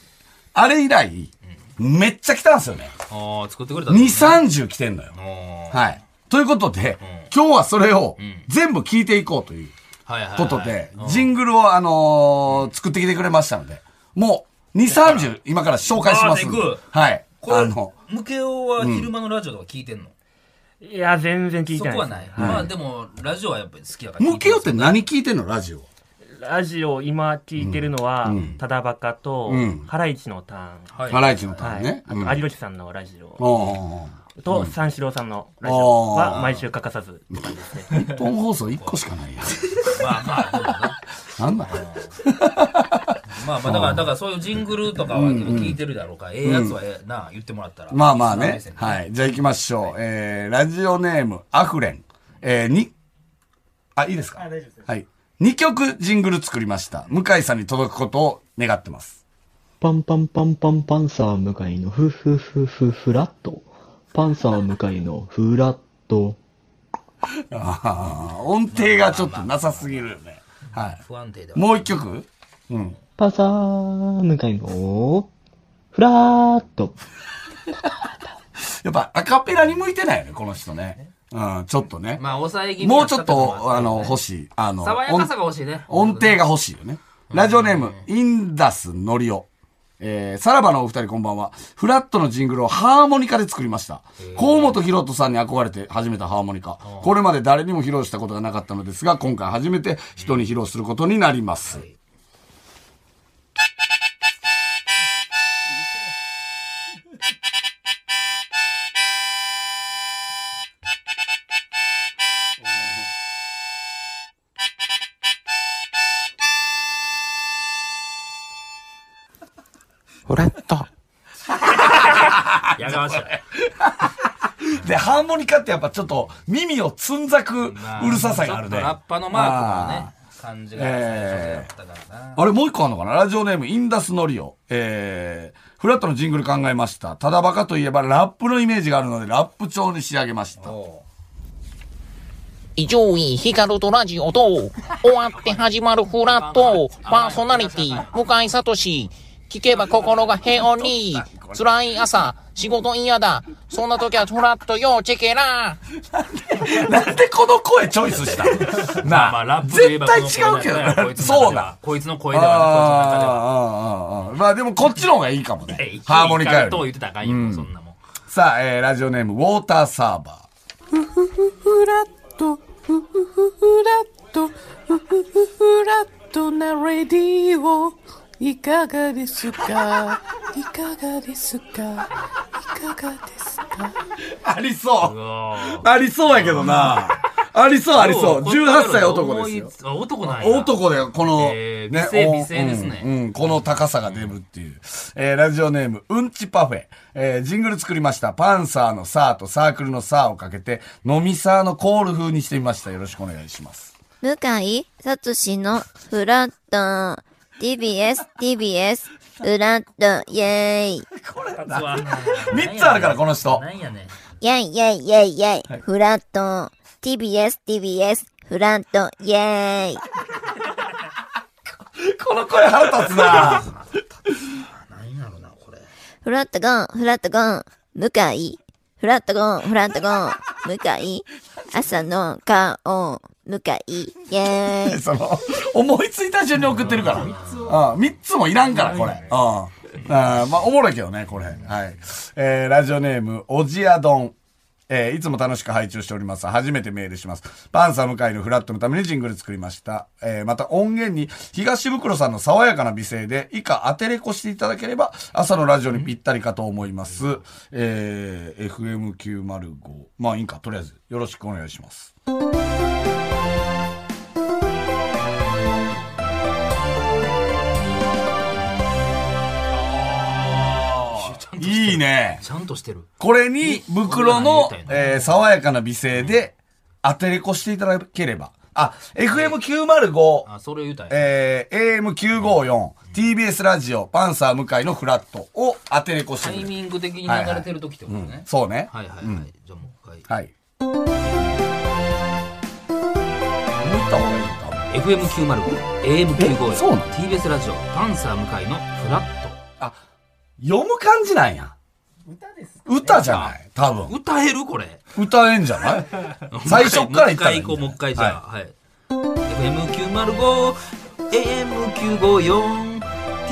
[SPEAKER 2] あれ以来、めっちゃ来たんですよね。
[SPEAKER 3] ああ、作ってくれたのね。
[SPEAKER 2] 2、30来てんのよ。
[SPEAKER 3] おー
[SPEAKER 2] はい。ということで、今日はそれを全部聞いていこうという
[SPEAKER 3] はいはいはい。
[SPEAKER 2] ことで、ジングルをあのー作ってきてくれましたので、もう2、30今から紹介しますんで
[SPEAKER 3] あー行く
[SPEAKER 2] はい。
[SPEAKER 3] こ
[SPEAKER 2] あ
[SPEAKER 3] れ
[SPEAKER 2] の、、
[SPEAKER 3] ムケオは昼間のラジオとか聞いてんの
[SPEAKER 5] いや、全然聞い
[SPEAKER 3] そ
[SPEAKER 5] てない
[SPEAKER 3] こ
[SPEAKER 5] で
[SPEAKER 3] は
[SPEAKER 5] す
[SPEAKER 3] ない。まあでも、ラジオはやっぱり好きだから。
[SPEAKER 2] ムケオって何聞いてんのラジオ。
[SPEAKER 5] ラジオ、今聞いてるのは、ただバカと、
[SPEAKER 2] うん
[SPEAKER 5] ハライチのターン。
[SPEAKER 3] はい
[SPEAKER 2] ハライチのた
[SPEAKER 5] は
[SPEAKER 2] め
[SPEAKER 5] い。
[SPEAKER 2] ね。うん
[SPEAKER 5] あと、有吉さんのラジオ
[SPEAKER 2] おー
[SPEAKER 5] と、三四郎さんのラジオ
[SPEAKER 2] あー
[SPEAKER 5] は毎週欠かさずって感じですね。
[SPEAKER 2] 日本放送1個しかないやん。
[SPEAKER 3] まあまあ、でもな
[SPEAKER 2] なんだ
[SPEAKER 3] まあまあ、だから、だからそういうジングルとかは聞いてるだろうから、ええやつはええな、言ってもらったら。
[SPEAKER 2] まあまあね。
[SPEAKER 3] い。
[SPEAKER 2] はい。じゃあ行きましょう。えー、ラジオネーム、アフレン。えー、に、あ、いいですかはい。2曲ジングル作りました。向井さんに届くことを願ってます。
[SPEAKER 6] パンパンパンパンパンサー向かいのフフフフフラット。パンサー向かいのフラット。
[SPEAKER 2] あー音程がちょっとなさすぎるよね。は
[SPEAKER 3] 不安定で
[SPEAKER 2] い。もう1曲うん。
[SPEAKER 6] パンサー向かいのフラット。
[SPEAKER 2] やっぱアカペラに向いてないよね、この人ね。うん、ちょっとね。
[SPEAKER 3] まあ、抑え気味
[SPEAKER 2] もうちょっと、あの、欲しい。あの、
[SPEAKER 3] 爽やかさが欲しいね。
[SPEAKER 2] 音程が欲しいよね。ラジオネーム、インダスのりお。えー、さらばのお二人こんばんは。フラットのジングルをハーモニカで作りました。河本ひろとさんに憧れて始めたハーモニカ。これまで誰にも披露したことがなかったのですが、今回初めて人に披露することになります。
[SPEAKER 3] やがましい。
[SPEAKER 2] で、ハーモニカってやっぱちょっと耳をつんざくうるささがあるね。
[SPEAKER 3] ちょっとラッパのマークのね、感じが最初だったからな。
[SPEAKER 2] あれもう一個あるのかなラジオネーム、インダスノリオ。えー、フラットのジングル考えました。ただバカといえばラップのイメージがあるので、ラップ調に仕上げました。
[SPEAKER 3] お
[SPEAKER 7] 伊集院光とラジオと、終わって始まるフラット、パーソナリティ、向井聡。聞けば心が平穏に、辛い朝、仕事嫌だ、そんな時はフラットよ、チェケラ
[SPEAKER 2] なんでこの声チョイスしたのな
[SPEAKER 3] ま
[SPEAKER 2] あ、
[SPEAKER 3] あまあ、ラップで
[SPEAKER 2] 絶
[SPEAKER 3] 言えば
[SPEAKER 2] 対違うけ
[SPEAKER 3] こい
[SPEAKER 2] ど
[SPEAKER 3] つの中では
[SPEAKER 2] そうだ。
[SPEAKER 3] こいつの
[SPEAKER 2] あ
[SPEAKER 3] 声
[SPEAKER 2] ー
[SPEAKER 3] では
[SPEAKER 2] あーあーあーまあでもこっちの方がいいかも
[SPEAKER 3] ね、こいつの声ではえ
[SPEAKER 2] ね
[SPEAKER 3] い。
[SPEAKER 2] ハーモニカよ
[SPEAKER 3] と言
[SPEAKER 2] り。
[SPEAKER 3] ってたらあかんよ、そんなもん。
[SPEAKER 2] さあ、えーラジオネーム、ウォーターサーバ
[SPEAKER 8] フラット、フフフフラット、フフフフラットなレディオ。いかがですかいかがですかいかがですか
[SPEAKER 2] ー。ありそう。
[SPEAKER 3] あ
[SPEAKER 2] ありそうやけどな。ありそう、ありそう。18歳男ですよ。
[SPEAKER 3] すよ。男なんや。
[SPEAKER 2] 男で、この、
[SPEAKER 3] えー美声
[SPEAKER 2] お
[SPEAKER 3] 美声ですね
[SPEAKER 2] うん、うんこの高さが出るっていう。えーラジオネーム、うんちパフェ。えージングル作りました。パンサーのサーとサークルのサーをかけて、飲みサーのコール風にしてみました。よろしくお願いします。
[SPEAKER 9] 向井聡のフラット TBS、TBS、フラット、イェイ。イ
[SPEAKER 2] 3つあるから、この人。
[SPEAKER 3] なんやねん。
[SPEAKER 9] ェイ、イェイ、イェイ、イェイ。フラット TBS、TBS、フラット、イェイ。
[SPEAKER 2] この声腹立つな。
[SPEAKER 3] なんやろな、これ。
[SPEAKER 9] フラットゴー、フラットゴー、向井。フラットゴー、フラットゴー、向井。朝の顔、向井。イェ イ。
[SPEAKER 2] その、思いついた順に送ってるから。あ3つもいらんから、これ。うん。あーまあ、おもろいけどね、これ。はい。えーラジオネーム、おじやどん。えーいつも楽しく拝聴しております。初めてメールします。パンサー向井のフラットのためにジングル作りました。えーまた音源に東袋さんの爽やかな美声で以下当てれこしていただければ朝のラジオにぴったりかと思います。えー FM905。まあいいんか、とりあえずよろしくお願いします。
[SPEAKER 3] あ
[SPEAKER 2] いいね。
[SPEAKER 3] ちゃんとしてる。
[SPEAKER 2] これに、袋の
[SPEAKER 3] こんなの入れ、たい
[SPEAKER 2] えー爽やかな美声で、当てれこしていただければ。あ、FM905、
[SPEAKER 3] あ、それ言うたんや。
[SPEAKER 2] えー、AM954、TBS ラジオ、パンサー向井のフラットを当てれこして
[SPEAKER 3] タ
[SPEAKER 2] くれ
[SPEAKER 3] イ
[SPEAKER 2] る
[SPEAKER 3] ミング的に流れてる時ってことね。
[SPEAKER 2] そうね。
[SPEAKER 3] はいはいはい。じゃあもう一回。
[SPEAKER 2] はい。もう行った方がいいのか
[SPEAKER 3] FM905、
[SPEAKER 2] えそうなの
[SPEAKER 3] AM954、TBS ラジオ、パンサー向井のフラッ
[SPEAKER 2] あ、読む感じなんや。歌です歌じゃない多
[SPEAKER 3] ト。
[SPEAKER 2] 分。
[SPEAKER 3] 歌えるこれ。
[SPEAKER 2] 歌えんじゃない最初っから言ったらいいんだよ
[SPEAKER 3] もう一回行こう、もう一回じゃあ。はい。FM905、AM954、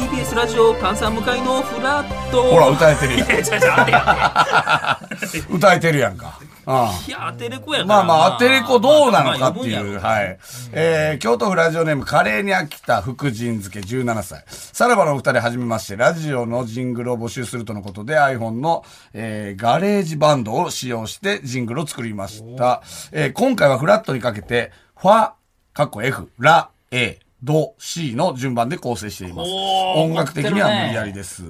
[SPEAKER 3] TBS ラジオ、パンサー向井のフラット。
[SPEAKER 2] ほら、歌えてるやん。
[SPEAKER 3] え、ちゃちゃ、あれや。
[SPEAKER 2] 歌えてるやんか。あ
[SPEAKER 3] いや、アテレコやから
[SPEAKER 2] まあ
[SPEAKER 3] な
[SPEAKER 2] まあ、アテレコどうなのかって
[SPEAKER 3] まあまあ
[SPEAKER 2] い
[SPEAKER 3] 呼ぶん
[SPEAKER 2] う、
[SPEAKER 3] やろ
[SPEAKER 2] はい。えー、京都府ラジオネーム、カレーに飽きた福神漬け17歳。さらばのお二人はじめまして、ラジオのジングルを募集するとのことで iPhone の、えー、ガレージバンドを使用してジングルを作りました。えー、今回はフラットにかけて、ファ、かっこ F、ラ、A、ド、C の順番で構成しています。
[SPEAKER 3] おー
[SPEAKER 2] 音楽的には無理やりです。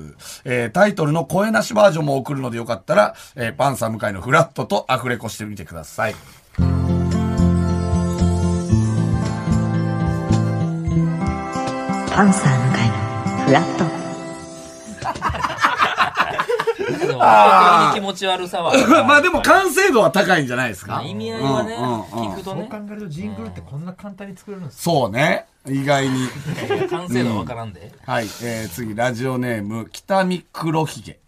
[SPEAKER 2] えータイトルの声なしバージョンも送るのでよかったら、えーパンサー向井のフラットとアフレコしてみてください。
[SPEAKER 10] パンサー向かいのフラット
[SPEAKER 3] でも本当に気持ち悪さは。
[SPEAKER 2] まあでも完成度は高いんじゃないですか。
[SPEAKER 3] 意味合いはね、
[SPEAKER 2] うんうんう
[SPEAKER 3] 聞
[SPEAKER 2] ん
[SPEAKER 3] くと
[SPEAKER 4] そう
[SPEAKER 3] ね
[SPEAKER 4] 考、えるとジングルってこんな簡単に作れるんです
[SPEAKER 2] そうね。意外に。
[SPEAKER 3] 完成度はわからんで。
[SPEAKER 2] はい。えー次、ラジオネーム、北見黒ひげ。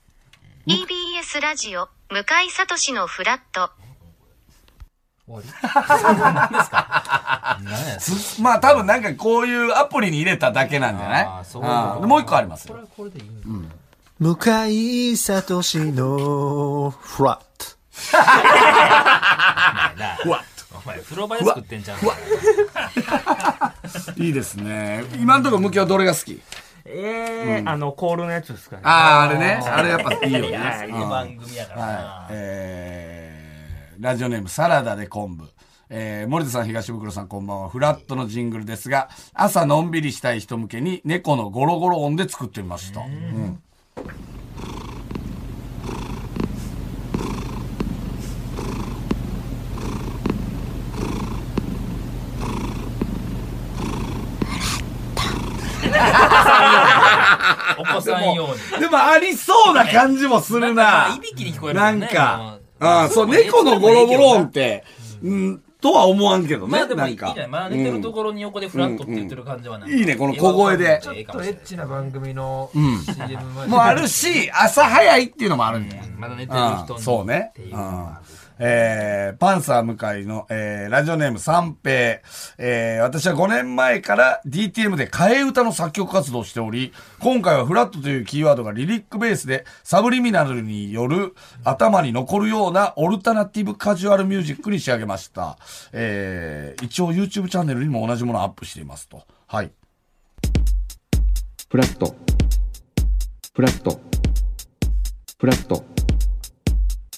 [SPEAKER 11] EBS ラジオ、向井聡のフラット。
[SPEAKER 3] 何や
[SPEAKER 2] すまあ多分なんかこういうアプリに入れただけなんじゃない
[SPEAKER 3] あーそう
[SPEAKER 2] あーもう一個ありますよ。
[SPEAKER 12] 向井聡のフラット。
[SPEAKER 3] ふわお前、風呂場で作ってんじゃん。
[SPEAKER 2] いいですね。今のところ向きはどれが好き
[SPEAKER 5] ええ、あの、コールのやつですかね。
[SPEAKER 2] ああ、あれね。あれやっぱいいよね。
[SPEAKER 5] はい
[SPEAKER 2] うん
[SPEAKER 3] 番組やから
[SPEAKER 2] は。。
[SPEAKER 3] ない
[SPEAKER 2] えーラジオネーム、サラダで昆布。えー森田さん、東袋さん、こんばんは。フラットのジングルですが、朝のんびりしたい人向けに、猫のゴロゴロ音で作ってみました。うん
[SPEAKER 3] お子さん用に。
[SPEAKER 2] でも、ありそうな感じもする
[SPEAKER 3] ま
[SPEAKER 2] な
[SPEAKER 3] あ、い。びきに聞こえるも
[SPEAKER 2] なん
[SPEAKER 3] ね
[SPEAKER 2] か、
[SPEAKER 3] まあ
[SPEAKER 2] あーそう、猫のゴロゴロ音って、うん、とは思わんけどね。
[SPEAKER 3] まあでも
[SPEAKER 2] ない
[SPEAKER 3] い
[SPEAKER 2] ん
[SPEAKER 3] いじゃ
[SPEAKER 2] か
[SPEAKER 3] ない。真似てるところに横でフラットって言ってる感じはない。
[SPEAKER 2] うんいいねこの小声で
[SPEAKER 4] ちょっ
[SPEAKER 3] ええかも
[SPEAKER 4] と
[SPEAKER 3] し
[SPEAKER 4] エ
[SPEAKER 3] れな
[SPEAKER 4] ッ
[SPEAKER 3] い
[SPEAKER 4] チな番組の CM 前
[SPEAKER 2] もあるし、朝早いっていうのもあるんだよ。
[SPEAKER 3] まだ寝てる人
[SPEAKER 2] う
[SPEAKER 3] に。
[SPEAKER 2] んそうね。うんえーパンサー向井の、えーラジオネーム三平、えー私は5年前から DTM で替え歌の作曲活動をしており、今回はフラットというキーワードがリリックベースでサブリミナルによる頭に残るようなオルタナティブカジュアルミュージックに仕上げました。えー一応 YouTube チャンネルにも同じものをアップしていますと。はい。
[SPEAKER 13] フラット。フラット。フラット。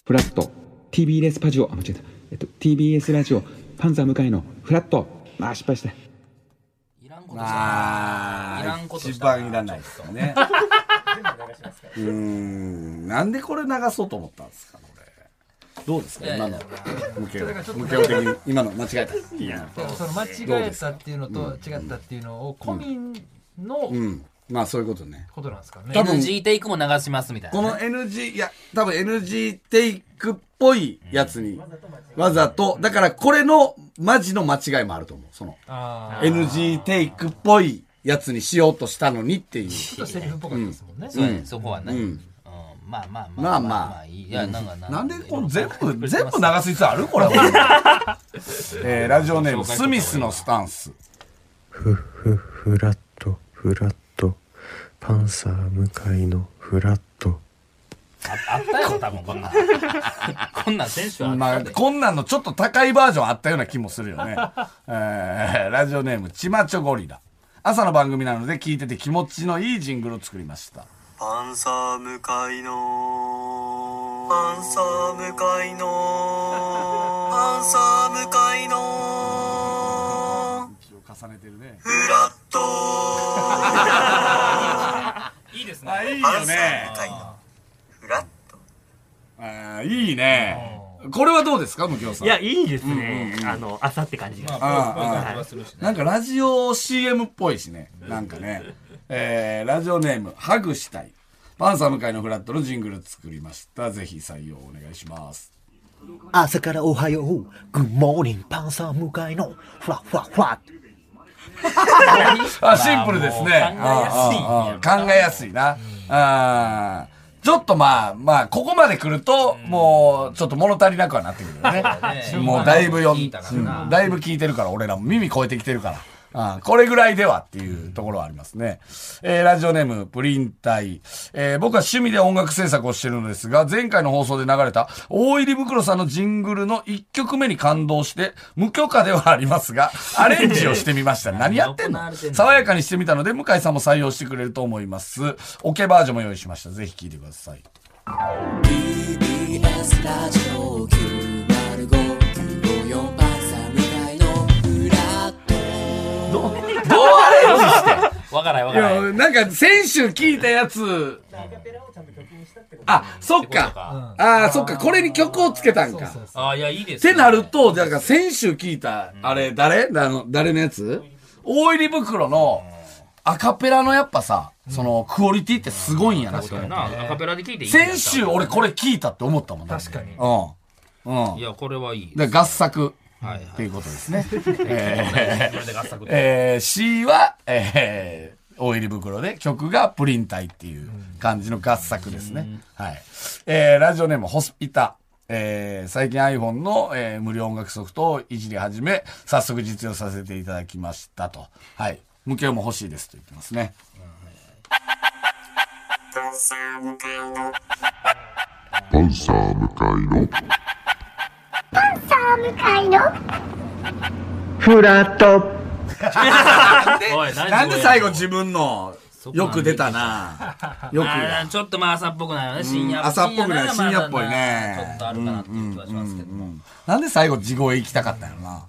[SPEAKER 13] フラット。TBS パジオ。あ、間違えた。えっと、TBS ラジオ。パンサー向かいのフラット。あー、失敗した。
[SPEAKER 3] いらんことした
[SPEAKER 2] あ
[SPEAKER 3] いらんこと
[SPEAKER 2] 一
[SPEAKER 3] したな
[SPEAKER 2] 番いらないですよ ね。うーん、なんでこれ流そうと思ったんですか、これ。どうですか、
[SPEAKER 3] いやい
[SPEAKER 2] 今
[SPEAKER 3] や
[SPEAKER 2] の。無形、無形的に、今の間違えた。いや、
[SPEAKER 4] でもその間違えたっていうのと違ったっていうのを古民の
[SPEAKER 2] うん、まあ、そういうことね。
[SPEAKER 4] ことなんですかね。
[SPEAKER 2] 多分
[SPEAKER 3] NG テイクも流しますみたいな
[SPEAKER 2] こ
[SPEAKER 3] ね。
[SPEAKER 2] の NG、いや、多分 NG テイクっぽいやつに、わざと、だからこれのマジの間違いもあると思う。その、
[SPEAKER 4] ああ、
[SPEAKER 2] NG テイクっぽいやつにしようとしたのにっていう。
[SPEAKER 4] ちょっとセリフっぽかったですもんね。
[SPEAKER 3] そうやねそこはね。
[SPEAKER 2] うん
[SPEAKER 3] うんまあまあ
[SPEAKER 2] ま
[SPEAKER 3] ま
[SPEAKER 2] あ
[SPEAKER 3] あ
[SPEAKER 2] まあ
[SPEAKER 3] いいいやなんか
[SPEAKER 2] なんでこの全部、全部流
[SPEAKER 3] す
[SPEAKER 2] す必要あるこれ。 えー、ラジオネーム、スミスのスタンス。
[SPEAKER 12] ふ、ふ、フラット、フラット。パンサー向かいのフラット。
[SPEAKER 3] あったよ多分こ んなんこんなん選手はあった
[SPEAKER 2] まあ、
[SPEAKER 3] で
[SPEAKER 2] こんなんのちょっと高いバージョンあったような気もするよ ね。えーラジオネーム、ちまちょゴリラ。朝の番組なので聞いてて気持ちのいいジングルを作りました。
[SPEAKER 14] パンサー向かいのパンサー向かいのパンサー向かいの
[SPEAKER 2] 重ねてるね。
[SPEAKER 14] フラット
[SPEAKER 3] いいです
[SPEAKER 2] あ、いい
[SPEAKER 14] パ
[SPEAKER 2] よ
[SPEAKER 14] ンサー
[SPEAKER 2] ね
[SPEAKER 14] 向。かいのフラッ
[SPEAKER 2] あーいいね。これはどうですか、無京さん。
[SPEAKER 5] いや、いいですね。あの、朝って感じが。
[SPEAKER 2] ああああなんかラジオ CM っぽいしね。なんかね。えーラジオネーム、ハグしたい。パンサム会のフラットのジングル作りました。ぜひ採用お願いし ます。
[SPEAKER 15] 朝からおはよう。グッモーニングパンサー向かいの、ふわふわふわ。
[SPEAKER 2] あシンプルですね。
[SPEAKER 15] あ
[SPEAKER 2] ああああ考えやすいな。あーちょっとまあまあ、ここまで来ると、もう、ちょっと物足りなくはなってくるよ ね。もうだいぶよ、うんだいぶ聞いてるから、俺らも耳超えてきてるから。あーこれぐらいではっていうところはありますね。えーラジオネーム、プリン体。えー僕は趣味で音楽制作をしてるのですが、前回の放送で流れた、大入り袋さんのジングルの1曲目に感動して、無許可ではあります が、アレンジをしてみました。何やってんの爽やかにしてみたので、向井さんも採用してくれると思います。オケバージョンも用意しました。ぜひ聴いてください。
[SPEAKER 16] TBS ラジオ905-954パンサー向かいのフラット
[SPEAKER 2] どうアレンジして
[SPEAKER 3] わからないわ
[SPEAKER 2] い
[SPEAKER 3] からない。
[SPEAKER 2] や、なんか、先週聞いたやつ、あ、そっか。あーそっか。これに曲をつけたんか。
[SPEAKER 3] ああ、いや、いい
[SPEAKER 2] っ
[SPEAKER 3] です。
[SPEAKER 2] てなると、だから先週聞いた、あれ、誰あの、誰のやつ大入り袋の、アカペラのやっぱさ、その、クオリティってすごいんやな、と思って
[SPEAKER 3] なアカペラで聞いていいんやったら
[SPEAKER 2] 先週俺これ聞いたって思ったもん確かに。うん。うん。
[SPEAKER 3] いや、これはいい。
[SPEAKER 2] で合作っていうことですね。え
[SPEAKER 3] これで合作
[SPEAKER 2] ーえー C は、えー、大入り袋で曲がプリン体っていう感じの合作ですね。はい。えーラジオネームホスピタ。えー最近 iPhone の、えー無料音楽ソフトをいじり始め、早速実用させていただきましたと。はい。無形も欲しいですと言ってますね。
[SPEAKER 16] パンサー向かいの
[SPEAKER 17] パンサー向かいの
[SPEAKER 16] パンサー向かいの
[SPEAKER 17] フラット
[SPEAKER 2] なんで最後自分の、よく出たなよく
[SPEAKER 3] あーちょっとまあ朝っぽくないよね、深
[SPEAKER 2] う
[SPEAKER 3] 夜
[SPEAKER 2] ん朝っぽくない深夜っぽい
[SPEAKER 3] ちょ
[SPEAKER 2] ね
[SPEAKER 3] っとあるかなっていう気はしますけど。
[SPEAKER 2] なんで最後地声行きたかったんやろな。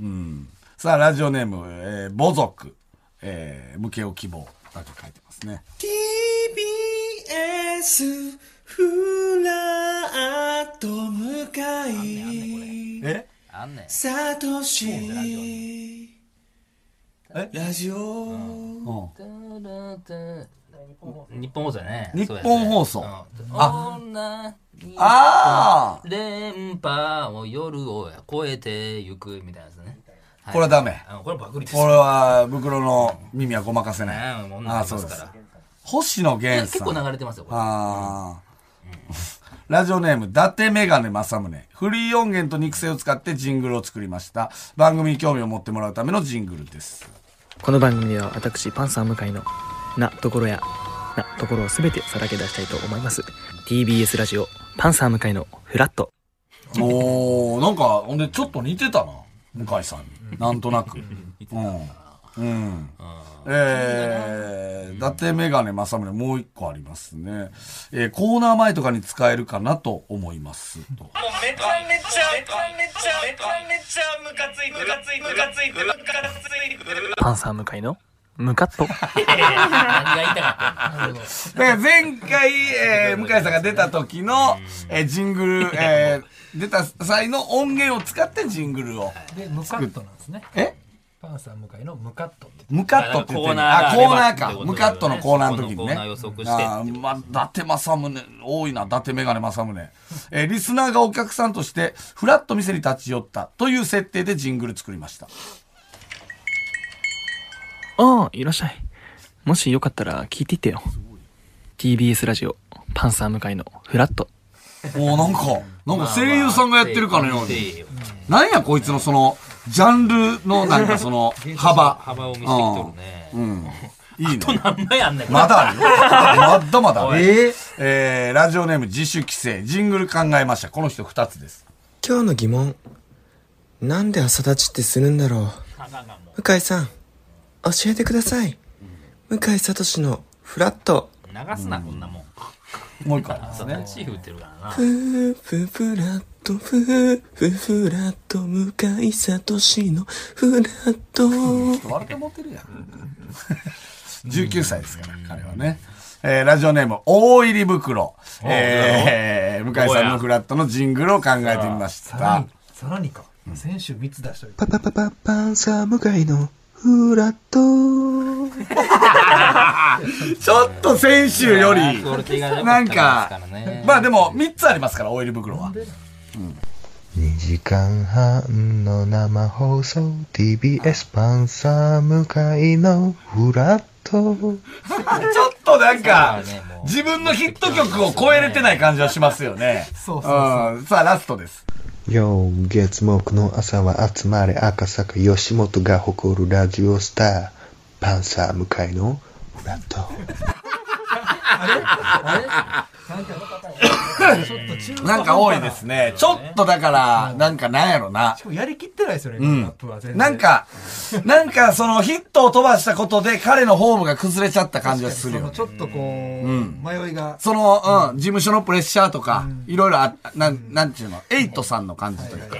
[SPEAKER 2] うん。さあ、ラジオネーム、えー、母族、えー、無形を希望、だと書いてますね。
[SPEAKER 14] TBS フラット向かい
[SPEAKER 2] え
[SPEAKER 3] あんねん
[SPEAKER 14] サトシラジオ
[SPEAKER 3] 日本放送やね。
[SPEAKER 2] 日本放送。あ、あ
[SPEAKER 3] あ連覇を夜を超えてゆくみたいなやつね。い
[SPEAKER 2] これはダメ
[SPEAKER 3] あこれパクリです。
[SPEAKER 2] これは、袋の耳はごまかせない。
[SPEAKER 3] うん
[SPEAKER 2] あー、そうです。星野源さん。
[SPEAKER 3] 結構流れてますよこれ
[SPEAKER 2] あーラジオネーム、伊達メガネ正宗。フリー音源と肉声を使ってジングルを作りました。番組に興味を持ってもらうためのジングルです。
[SPEAKER 10] この番組は私パンサー向井のなところやなところを全てさらけ出したいと思います TBS ラジオパンサー向井のフラット
[SPEAKER 2] おー、なんか、ほんで、ちょっと似てたな。向井さんに。なんとなく。うん。うん。えー、伊達メガネ正宗、もう一個ありますね。えー、コーナー前とかに使えるかなと思います。と
[SPEAKER 14] もうめちゃめちゃめちゃめちゃめちゃめちゃムカついてムカついてムカついてムカついて
[SPEAKER 10] パンサー向井のムカッと
[SPEAKER 2] だから前回、えー向井さんが出た時の、えージングル、 えー出た際の音源を使ってジングルを。
[SPEAKER 4] で、ムカットなんですね。
[SPEAKER 2] え
[SPEAKER 4] パンサー向かいのムカットって。
[SPEAKER 2] ムカットって言ってるあ、コーナーか。ムカットのコーナーの時にね。あーまあ、伊達政宗、多いな、伊達メガネ政宗。えーリスナーがお客さんとして、フラッと店に立ち寄ったという設定でジングル作りま した。
[SPEAKER 10] ああいらっしゃいもしよかったら聞いていってよ TBS ラジオパンサー向井のフラット
[SPEAKER 2] おーなんか、なんか声優さんがやってるかのように。なんやこいつのその、ジャンルのなんかそ の、幅。
[SPEAKER 3] 幅を見せてきとるね。
[SPEAKER 2] うん。いいね。
[SPEAKER 3] 何枚あんねんこれ
[SPEAKER 2] まだあるよ。まだまだある。
[SPEAKER 3] おい
[SPEAKER 2] えーえーラジオネーム自主規制、ジングル考えました。この人2つです。
[SPEAKER 18] 今日の疑問なんで朝立ちってするんだろう向井さん教えてください向井聡のフラット
[SPEAKER 3] 流すな、こんなもん。
[SPEAKER 2] もう一回
[SPEAKER 3] ですね。チーフってるからな。
[SPEAKER 18] ふーふふらっとふーふふらっと向井聡のフラット
[SPEAKER 2] 悪くモテるやん。19歳ですから、彼はね。えーラジオネーム、大入り袋。えー向井さんのフラットのジングルを考えてみまし
[SPEAKER 4] さら
[SPEAKER 2] た
[SPEAKER 4] に。さらにか先週3つ出しといて
[SPEAKER 18] パパパパパンサー向かいのフラット。
[SPEAKER 2] ちょっと先週より、
[SPEAKER 18] クオリティが良
[SPEAKER 2] な
[SPEAKER 18] かっ
[SPEAKER 2] ん
[SPEAKER 18] たですか
[SPEAKER 2] か、まあでも3つありますから、オイル袋は。
[SPEAKER 12] 2時間半の生放送 TBS パンサー向かいのフラット
[SPEAKER 2] ちょっとなんか、自分のヒット曲を超えれてない感じはしますよね。
[SPEAKER 4] そう
[SPEAKER 2] そうさあ、ラストです。
[SPEAKER 12] よう月木の朝は集まれ赤坂吉本が誇るラジオスターパンサー向かいのフラット
[SPEAKER 4] あれなんかちょっと中途半端
[SPEAKER 2] なんか多いですね。ちょっとだから、なんかなんやろな
[SPEAKER 4] し。かもやりきってないですよね、
[SPEAKER 2] う
[SPEAKER 4] ラッ
[SPEAKER 2] ん
[SPEAKER 4] プは全。然
[SPEAKER 2] なんか、なんかそのヒットを飛ばしたことで彼のフォームが崩れちゃった感じがするよね。
[SPEAKER 4] ちょっとこう、
[SPEAKER 2] ん
[SPEAKER 4] 迷いが
[SPEAKER 2] その、うん、事務所のプレッシャーとか、いろいろあ、なん、なんていうの、エイトさんの感じというか、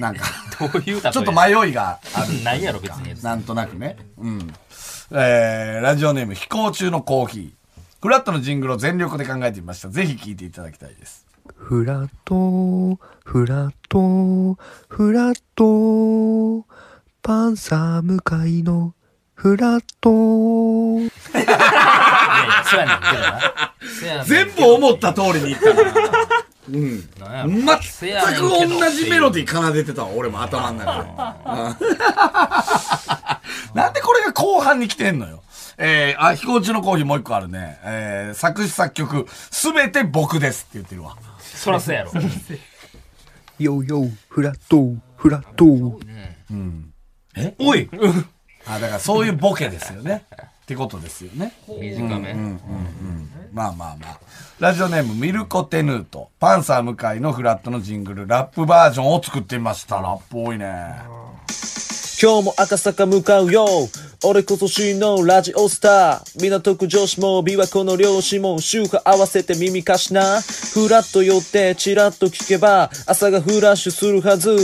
[SPEAKER 2] なんか、
[SPEAKER 19] 例え
[SPEAKER 2] ちょっと迷いがある。
[SPEAKER 19] ないやろ別に
[SPEAKER 2] なんとなくね。うん。えー、ラジオネーム、飛行中のコーヒー。フラットのジングルを全力で考えてみました。ぜひ聞いていただきたいです。
[SPEAKER 18] フラット、フラット、フラット、パンサー向かいのフラット。
[SPEAKER 19] そうやねんけどなそうやねん
[SPEAKER 2] 全部思った通りにいったな。 うん。
[SPEAKER 19] なんやろせやねん
[SPEAKER 2] 全
[SPEAKER 19] け
[SPEAKER 2] く
[SPEAKER 19] ど
[SPEAKER 2] 同じメロディー奏でてたわ、俺も頭の中で。うん なんでこれが後半に来てんのよ。えー、あ、飛行中のコーヒーもう一個あるね。えー、作詞作曲、すべて僕ですって言ってるわ。
[SPEAKER 19] そらそうやろ
[SPEAKER 18] ヨーヨー、フラット、フラット。
[SPEAKER 2] うん。えおいあ、だからそういうボケですよね。ってことですよね。
[SPEAKER 19] 短め
[SPEAKER 2] うんうんうんうんまあまあまあ。ラジオネーム、ミルコ・テヌート。パンサー向井のフラットのジングル、ラップバージョンを作ってみました。ラップ多いね。
[SPEAKER 20] 今日も赤坂向かうよ俺今年のラジオスター港区女子も琵琶湖の漁師も周波合わせて耳貸しなフラッと寄ってチラッと聞けば朝がフラッシュするはず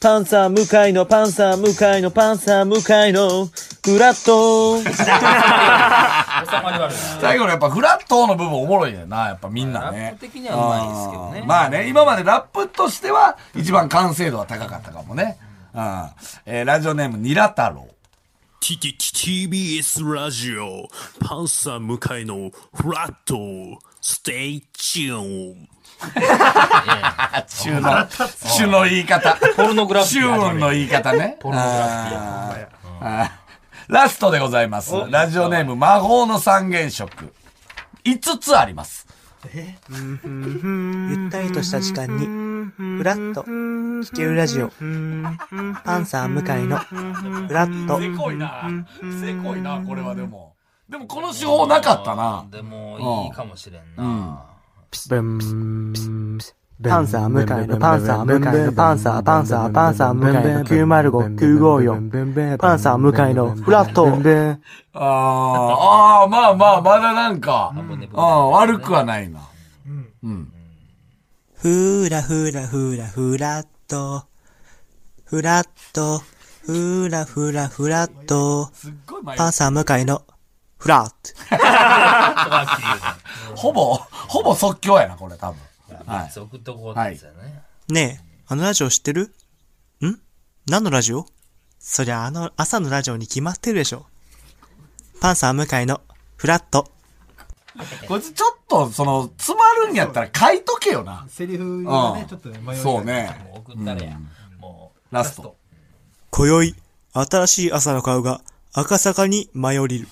[SPEAKER 20] パンサー向かいのパンサー向かいのパンサー向かいのフラット
[SPEAKER 2] 最後のやっぱフラットの部分おもろいねんな、やっぱみんなね。ラップ的
[SPEAKER 19] にはうまいですけどね
[SPEAKER 2] まあね、今までラップとしては一番完成度は高かったかもね。うん。えーラジオネーム、ニラ太郎。
[SPEAKER 21] TBS ラジオパンサー向かいのフラットステイチュー ン
[SPEAKER 2] チューの、チューの言い方。ポルノグラフィチューンの言い方ね。
[SPEAKER 21] ポルノグラフィティ
[SPEAKER 2] あーあーラストでございます。ラジオネーム、魔法の三原色。5つあります。
[SPEAKER 22] ゆったりとした時間に、フラッと、聞けるラジオ、パンサー向かいの、フラッと。
[SPEAKER 2] せこいな。せこいな、これはでも。でもこの手法なかったな。
[SPEAKER 3] でもいいかもしれん
[SPEAKER 2] な。
[SPEAKER 22] パンサー向かいのパンサー向かいのパンサーパンサーパンサー向かいの905954パンサー向かいのフラット
[SPEAKER 2] あーあー、まあまあ、まだなんか、うん、悪くはないな。
[SPEAKER 22] ふらふらふらふらっとふらっとふらふらふらっとパンサー向かいのフラット
[SPEAKER 2] ほぼ、ほぼ即興やな、これ多分。はい。
[SPEAKER 3] 送っとこうってやつやね。
[SPEAKER 22] ねえ、あのラジオ知ってるん何のラジオそりゃあの朝のラジオに決まってるでしょ。パンサー向かいのフラット。
[SPEAKER 2] こいつちょっと、その、詰まるんやったら書いとけよな。
[SPEAKER 4] セリフ
[SPEAKER 22] がね
[SPEAKER 2] うん
[SPEAKER 4] ちょっとね迷いがね
[SPEAKER 2] そうね。うんラスト。
[SPEAKER 22] 今宵、新しい朝の顔が赤坂に舞い降りる。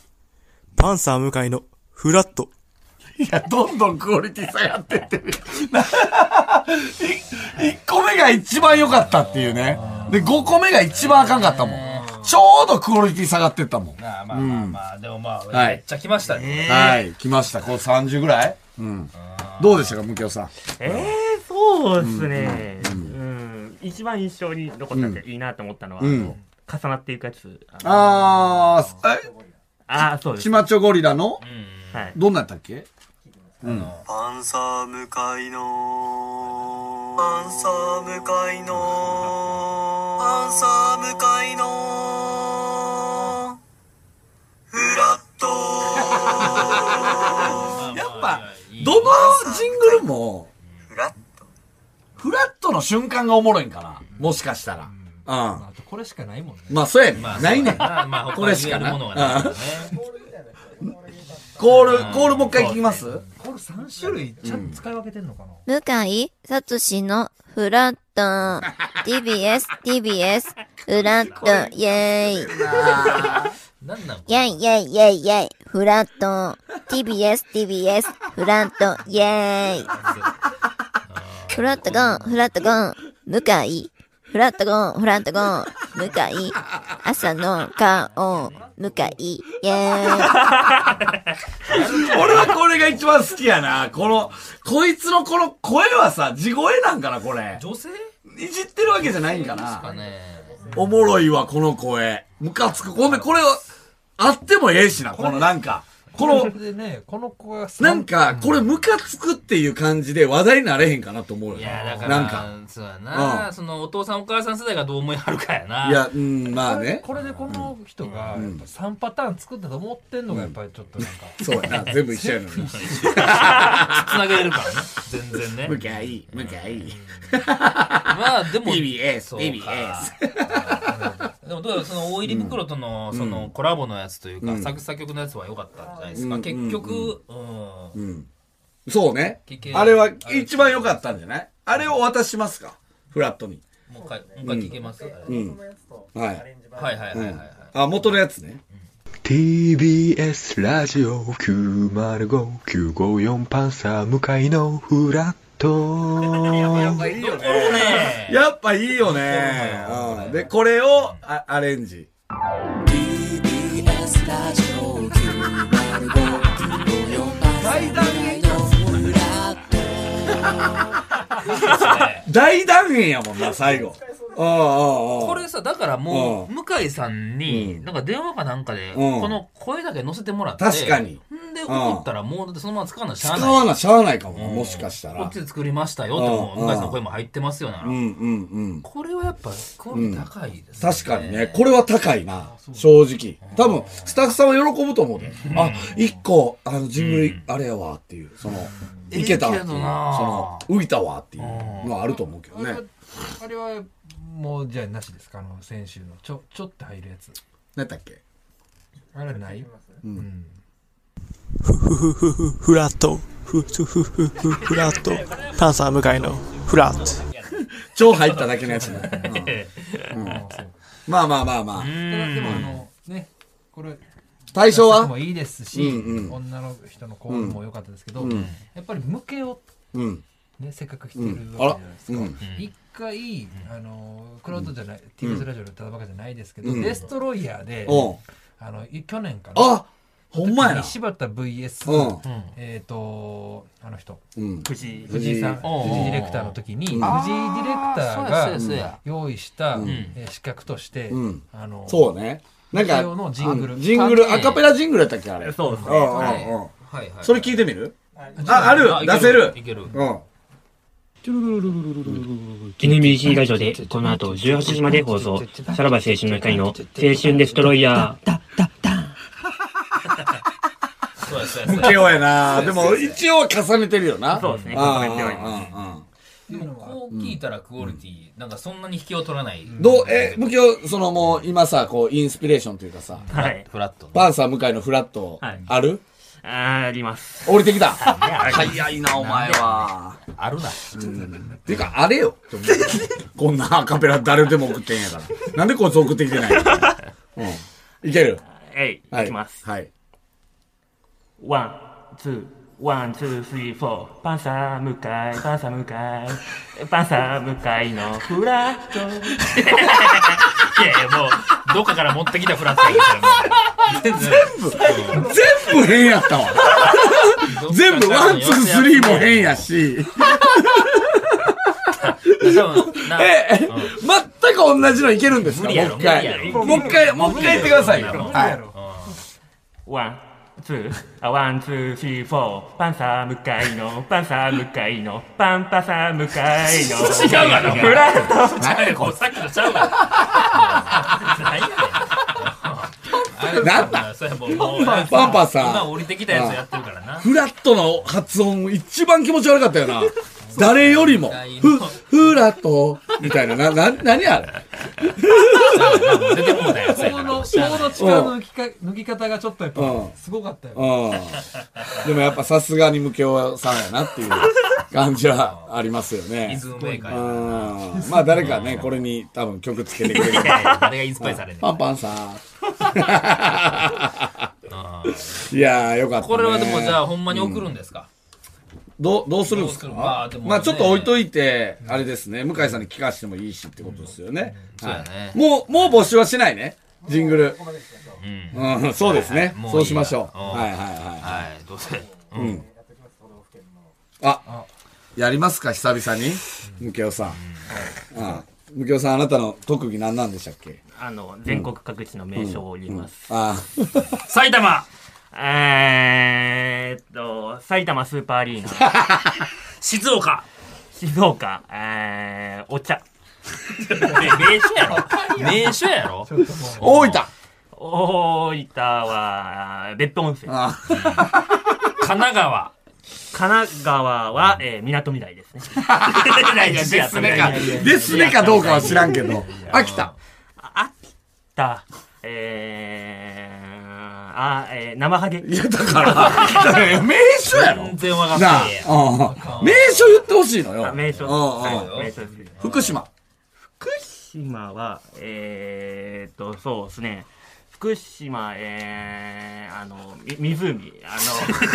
[SPEAKER 22] パンサー向かいのフラット。
[SPEAKER 2] いや、 どんどんクオリティ下がってってる。1個目が一番良かったっていうね。で、5個目が一番あかんかったもん。ちょうどクオリティ下がってったもん。
[SPEAKER 3] まあまあまあまあ、でもまあ、
[SPEAKER 2] はい
[SPEAKER 3] めっちゃ来ましたね。
[SPEAKER 2] はい、来ました。これ30ぐらいうん。どうでしたか、ムキオさん。
[SPEAKER 5] ええそうですね、うん一番印象に残ったっていいなと思ったのは、
[SPEAKER 2] うん
[SPEAKER 5] あの重なっていくやつ。あの
[SPEAKER 2] あー、え
[SPEAKER 5] あーそうです
[SPEAKER 2] ちまちょゴリラの
[SPEAKER 5] はい
[SPEAKER 2] どんなんやったっけうん。
[SPEAKER 14] パンサー向かいのパンサー向かいのパンサー向かいのフラット
[SPEAKER 2] ルも、
[SPEAKER 14] フラッ
[SPEAKER 2] フラットの瞬間がおもろいんかな。もしかしたら。うん。
[SPEAKER 4] あとこれしかないもんね。
[SPEAKER 2] まあ、そうやねん。
[SPEAKER 4] まあ
[SPEAKER 2] ないねん。
[SPEAKER 4] まあまあ他に
[SPEAKER 2] これしかな。
[SPEAKER 4] 言えるものがないからね
[SPEAKER 2] うんコール、コールもう一回聞きます
[SPEAKER 4] これ三種類ちゃんと使い分けてんのかな。
[SPEAKER 9] 向井聡のフラット TBS TBS フラットイェイイェイイェイイェイイェイフラット TBS TBS フラットイェイフラットゴーフラットゴー向井フラットゴーフラットゴー向井朝の顔向井イェイ
[SPEAKER 2] 俺はこれが一番好きやな。この、こいつのこの声はさ、地声なんかな、これ。
[SPEAKER 3] 女性
[SPEAKER 2] いじってるわけじゃないんかな。おもろいわ、この声。ムカつく。ほんで、これを、あってもええしな、このなんか。この、
[SPEAKER 4] でね、この子が三
[SPEAKER 2] なんか、これムカつくっていう感じで話題になれへんかなと思うよ。
[SPEAKER 3] いや、だか
[SPEAKER 2] な
[SPEAKER 3] ら、
[SPEAKER 2] んか。
[SPEAKER 3] そうやな、
[SPEAKER 2] うん
[SPEAKER 3] そのお父さんお母さん世代がどう思いはるかやな。
[SPEAKER 2] いや、うん、まあね。
[SPEAKER 4] これでこの人がやっぱ三パターン作ったと思ってんのがやっぱりちょっとなん か。
[SPEAKER 2] そうやな、全部一緒やのに。
[SPEAKER 3] つなげれるからね。全然 ね。
[SPEAKER 2] 向かい、向かい。
[SPEAKER 3] まあでも
[SPEAKER 2] BBS
[SPEAKER 3] そうか でもどうだその大入り袋との
[SPEAKER 2] うん
[SPEAKER 3] そのコラボのやつという
[SPEAKER 2] う
[SPEAKER 3] か
[SPEAKER 2] ん
[SPEAKER 3] 作詞作曲のやつは良かったんじゃないです
[SPEAKER 2] う
[SPEAKER 3] か
[SPEAKER 2] ん
[SPEAKER 3] 結局
[SPEAKER 2] うん。そうね
[SPEAKER 3] 聞け。
[SPEAKER 2] あれは一番良かったんじゃないあれを渡しますかフラットに。
[SPEAKER 3] もう一回もう一回聞けます
[SPEAKER 2] うん。はい。
[SPEAKER 3] はいはいはいはいはい
[SPEAKER 2] あ、元のやつね。
[SPEAKER 12] TBS ラジオ905954パンサー向かいのフラット
[SPEAKER 2] いいよね。 やっぱいいよね。うんで、これをあアレンジ。
[SPEAKER 16] TBS ラジオ905
[SPEAKER 2] 階段へ
[SPEAKER 16] のフラット
[SPEAKER 2] 大断言やもんな、最 後。ああ、ああ、ああ。
[SPEAKER 3] これさだからもう向井さんになんか電話かなんかで
[SPEAKER 2] うん
[SPEAKER 3] この声だけ載せてもらって
[SPEAKER 2] 確かに
[SPEAKER 3] んで怒ったらもうだってそのまま使わなしゃあ
[SPEAKER 2] 使
[SPEAKER 3] な
[SPEAKER 2] わ
[SPEAKER 3] い
[SPEAKER 2] なしゃあないかもな、もしかした
[SPEAKER 3] こ
[SPEAKER 2] ら
[SPEAKER 3] っ。ちで作りましたよってもう
[SPEAKER 2] うん
[SPEAKER 3] 向井さんの声も入ってますよなら
[SPEAKER 2] うんうんうん。
[SPEAKER 3] これはやっぱクオリティ高いです
[SPEAKER 2] 確かにね、これは高いな、正直。多分、スタッフさんは喜ぶと思うで。あ、一個、あの、ジングル、あれやわっていう、その、
[SPEAKER 3] ええ
[SPEAKER 2] いけたわっ
[SPEAKER 3] け
[SPEAKER 2] ていう、
[SPEAKER 3] ど
[SPEAKER 2] そ
[SPEAKER 3] な
[SPEAKER 2] の、浮いたわっていうのはあると思うけどね。
[SPEAKER 4] あれはもうじゃあなしですかあの先週のちょちょって入るやつ。
[SPEAKER 2] 何だっけ
[SPEAKER 4] あれない。うん。
[SPEAKER 22] ふふふふフラットふふふふふフラットパンサー向かいのフラット
[SPEAKER 2] 超入っただけのやつね。うんうんまあまあまあまあ。
[SPEAKER 4] ただでもあのねこれ。
[SPEAKER 2] 対象は
[SPEAKER 4] もいいですし、
[SPEAKER 2] うんうん
[SPEAKER 4] 女の人のコールも良かったですけど、
[SPEAKER 2] うん
[SPEAKER 4] やっぱり向けを
[SPEAKER 2] うん。
[SPEAKER 4] ね、せっかく来て
[SPEAKER 2] うん。
[SPEAKER 4] るわけじ
[SPEAKER 2] あ
[SPEAKER 4] ゃない
[SPEAKER 2] ら
[SPEAKER 4] です。か。
[SPEAKER 2] うん。
[SPEAKER 4] 一回、あのクラウドじゃない、TBS ラジオの歌ばかじゃないですけど、
[SPEAKER 2] うん
[SPEAKER 4] デストロイヤーで、
[SPEAKER 2] うん
[SPEAKER 4] あのい去年から
[SPEAKER 2] あほんまやな。
[SPEAKER 4] 柴田 VS、
[SPEAKER 2] う
[SPEAKER 4] えっ、とあの人
[SPEAKER 2] うん。
[SPEAKER 5] 藤井
[SPEAKER 4] 藤井さん
[SPEAKER 3] うん
[SPEAKER 4] 藤井ディレクターの時に、
[SPEAKER 2] うん
[SPEAKER 4] 藤井ディレクタ
[SPEAKER 3] あ
[SPEAKER 4] ー
[SPEAKER 3] ーそうやそうやそう
[SPEAKER 4] が
[SPEAKER 3] や
[SPEAKER 4] 用意した、
[SPEAKER 2] うん
[SPEAKER 4] えー資格として、
[SPEAKER 2] うん
[SPEAKER 4] あの
[SPEAKER 2] そうね。なんか、
[SPEAKER 4] 一応のジングル
[SPEAKER 2] うんジングル、アカペラジングルやったっけあれ。
[SPEAKER 5] そうです
[SPEAKER 2] ね。うんうん
[SPEAKER 3] はい
[SPEAKER 2] うん
[SPEAKER 3] はいはい
[SPEAKER 2] それ聞いてみる
[SPEAKER 3] あ
[SPEAKER 2] あ、ある
[SPEAKER 3] あいける
[SPEAKER 2] 出せる
[SPEAKER 3] いける
[SPEAKER 2] うん。
[SPEAKER 10] 記念日石以外場で、この後18時まで放送、さらば青春の会の青春デストロイヤー。
[SPEAKER 3] そうやそうやそう
[SPEAKER 2] 不
[SPEAKER 3] や
[SPEAKER 2] 器用やな。でも、一応重ねてるよな。
[SPEAKER 5] そうですね
[SPEAKER 2] あー
[SPEAKER 5] 重ねてはいま
[SPEAKER 2] うんうん
[SPEAKER 3] でもこう聞いたらクオリティ、なんかそんなに引きを取らない。
[SPEAKER 2] どう、え、向きを、そのもう、今さ、こう、インスピレーションというかさ、
[SPEAKER 5] はい。
[SPEAKER 3] フラット。
[SPEAKER 2] パンサー向井のフラット
[SPEAKER 5] はい、
[SPEAKER 2] ある
[SPEAKER 5] あります。
[SPEAKER 2] 降りてきた。
[SPEAKER 5] 早
[SPEAKER 2] いな、お前は。
[SPEAKER 3] あるな。
[SPEAKER 2] ていうか、あれよ。こんなアカペラ誰でも送ってんやから。なんでこいつ送ってきてないのうん。いける
[SPEAKER 5] えい、
[SPEAKER 2] はい
[SPEAKER 5] いきます。
[SPEAKER 2] はい。
[SPEAKER 5] ワン、ツー。ワン、ツー、スリー、フォー。パンサー向かい、パンサー向かい、パンサー向かいのフラット。
[SPEAKER 3] いやいや、もう、どっかから持ってきたフラットやですよ。全部
[SPEAKER 2] 全部変やった わ。全部、ワン、ツー、スリーも変やし。
[SPEAKER 3] 多分な
[SPEAKER 2] え、全く同じのいけるんですか
[SPEAKER 3] 無
[SPEAKER 2] もう
[SPEAKER 3] 理やろ
[SPEAKER 2] 一回。
[SPEAKER 3] 無
[SPEAKER 2] もう一回、もう一回言ってくださいよ。はい。
[SPEAKER 5] ワン、ツー、あ、ワン、ツー、スリー、フォー。パンサー向かいの、パンサー向かいの、パンパサー向かいの。
[SPEAKER 3] 違うがな
[SPEAKER 5] フラット。
[SPEAKER 3] 何やこさっきのちゃうわ。何やねんあれ
[SPEAKER 2] なんだ
[SPEAKER 3] それもうもう
[SPEAKER 2] パンパさん
[SPEAKER 3] 今降りてきたやつやってるからな。
[SPEAKER 2] フラットの発音一番気持ち悪かったよな。誰よりも。ふ、フラットみたいな。な、な、何あれ
[SPEAKER 4] 出てもうたやつやから棒の棒の力の抜きか抜き方がちょっとやっ
[SPEAKER 2] うん
[SPEAKER 4] ぱすごかったよ。
[SPEAKER 2] うん。でもやっぱさすがに無教さんやなっていう感じはありますよね。
[SPEAKER 3] イズムメーカーや
[SPEAKER 2] うんまあ誰かね、これに多分曲つけてくれる
[SPEAKER 3] いやいや誰がインスパイアされんねん
[SPEAKER 2] パンパンさ ん。いやーよかった、ね。
[SPEAKER 3] これはでもじゃあほんまに送るんですか、
[SPEAKER 2] どうどうするんですか
[SPEAKER 3] どうするまあでもね
[SPEAKER 2] まあちょっと置いといて、あれですね、向井さんに聞かしてもいいしってことですよね。
[SPEAKER 3] うん
[SPEAKER 2] はい
[SPEAKER 3] そうやね
[SPEAKER 2] もう、もう募集はしないね、ジングル。うん、そうですね、
[SPEAKER 3] も
[SPEAKER 2] そうしましょう。
[SPEAKER 3] いい
[SPEAKER 2] は
[SPEAKER 3] わ
[SPEAKER 2] いはいはい。
[SPEAKER 3] はい、どうせ
[SPEAKER 2] うん。あ、やりますか、久々に。ムケオさん。あムケオさん、あなたの特技何なんでしたっけ
[SPEAKER 5] あの全国各地の名所を言います、
[SPEAKER 2] うんうんあ
[SPEAKER 5] 埼玉えーっと埼玉スーパーアリーナ 静岡静岡えー、お 茶名所や ろ
[SPEAKER 3] 名所や
[SPEAKER 5] ろ
[SPEAKER 2] 大分
[SPEAKER 5] 大分は別府温泉
[SPEAKER 2] 神
[SPEAKER 5] 奈川神奈川は、えー、港未来ですね。
[SPEAKER 2] いやですねか。ですねかどうかは知らんけど。秋田。
[SPEAKER 5] だ、えー、あ、えー、生ハゲ。い
[SPEAKER 2] や、だから、だから 名所やろ
[SPEAKER 5] 全然わかん
[SPEAKER 2] な
[SPEAKER 5] な
[SPEAKER 2] あ
[SPEAKER 5] い。、
[SPEAKER 2] うん名所言ってほしいのよ。
[SPEAKER 5] 名所
[SPEAKER 2] うんうん
[SPEAKER 5] 名所ですよ
[SPEAKER 2] 福島。
[SPEAKER 5] 福島は、えーっと、そうですね。福島、えー、あの、み湖、 あ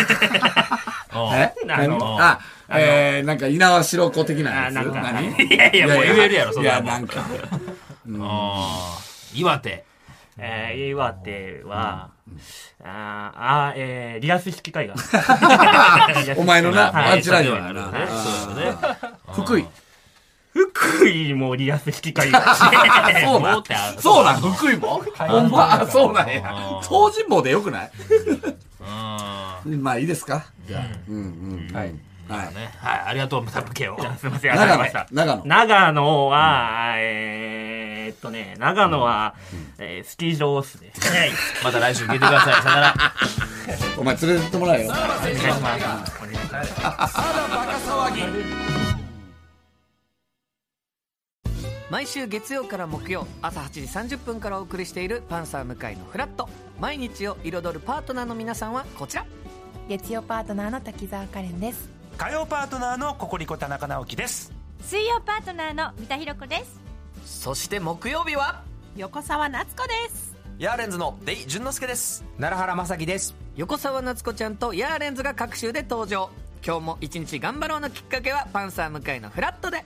[SPEAKER 5] の、
[SPEAKER 2] え
[SPEAKER 5] あ
[SPEAKER 2] 何
[SPEAKER 5] の、
[SPEAKER 2] あ、えー、なんか稲わ白子的なや
[SPEAKER 5] あ
[SPEAKER 2] つ。
[SPEAKER 5] なんか
[SPEAKER 2] 何
[SPEAKER 5] いやいやもう言えるやろそん
[SPEAKER 2] い
[SPEAKER 5] な
[SPEAKER 2] や、
[SPEAKER 5] もん
[SPEAKER 2] なんか。。
[SPEAKER 3] あー岩手
[SPEAKER 5] えー、岩手は、あーあー、えー、リアス式海岸
[SPEAKER 2] お前のな、
[SPEAKER 5] はい
[SPEAKER 2] あちらに
[SPEAKER 5] そ
[SPEAKER 2] は
[SPEAKER 5] う
[SPEAKER 2] な
[SPEAKER 5] だね。そうだね
[SPEAKER 2] あー福井。
[SPEAKER 5] 福井もリアス式 海岸。
[SPEAKER 2] そう なんそうなん福井もほんま、あそうなんや。東尋坊でよくないまあいいですかじゃあ。うんうん。はい。はい。
[SPEAKER 3] はい、ありがとう、ムタブケを。
[SPEAKER 5] すみません、ありがとうございました。
[SPEAKER 2] 長野。
[SPEAKER 5] 長野は、えーっとね、長野は、えースキー場っすね。
[SPEAKER 3] また来週聞いてください。さよなら。
[SPEAKER 2] お前連れてってもらえよ。
[SPEAKER 5] お願いします。
[SPEAKER 1] 毎週月曜から木曜朝8時30分からお送りしている「パンサー向井のフラット」毎日を彩るパートナーの皆さんはこちら
[SPEAKER 6] 月曜パートナーの滝沢カレンです
[SPEAKER 23] 火曜パートナーのココリコ田中直樹です
[SPEAKER 6] 水曜パートナーの三田寛子です
[SPEAKER 1] そして木曜日は
[SPEAKER 6] 横澤夏子です
[SPEAKER 23] ヤーレンズのデイ淳之介です
[SPEAKER 1] 奈良原雅樹です横澤夏子ちゃんとヤーレンズが各週で登場今日も一日頑張ろうのきっかけは「パンサー向井のフラットで」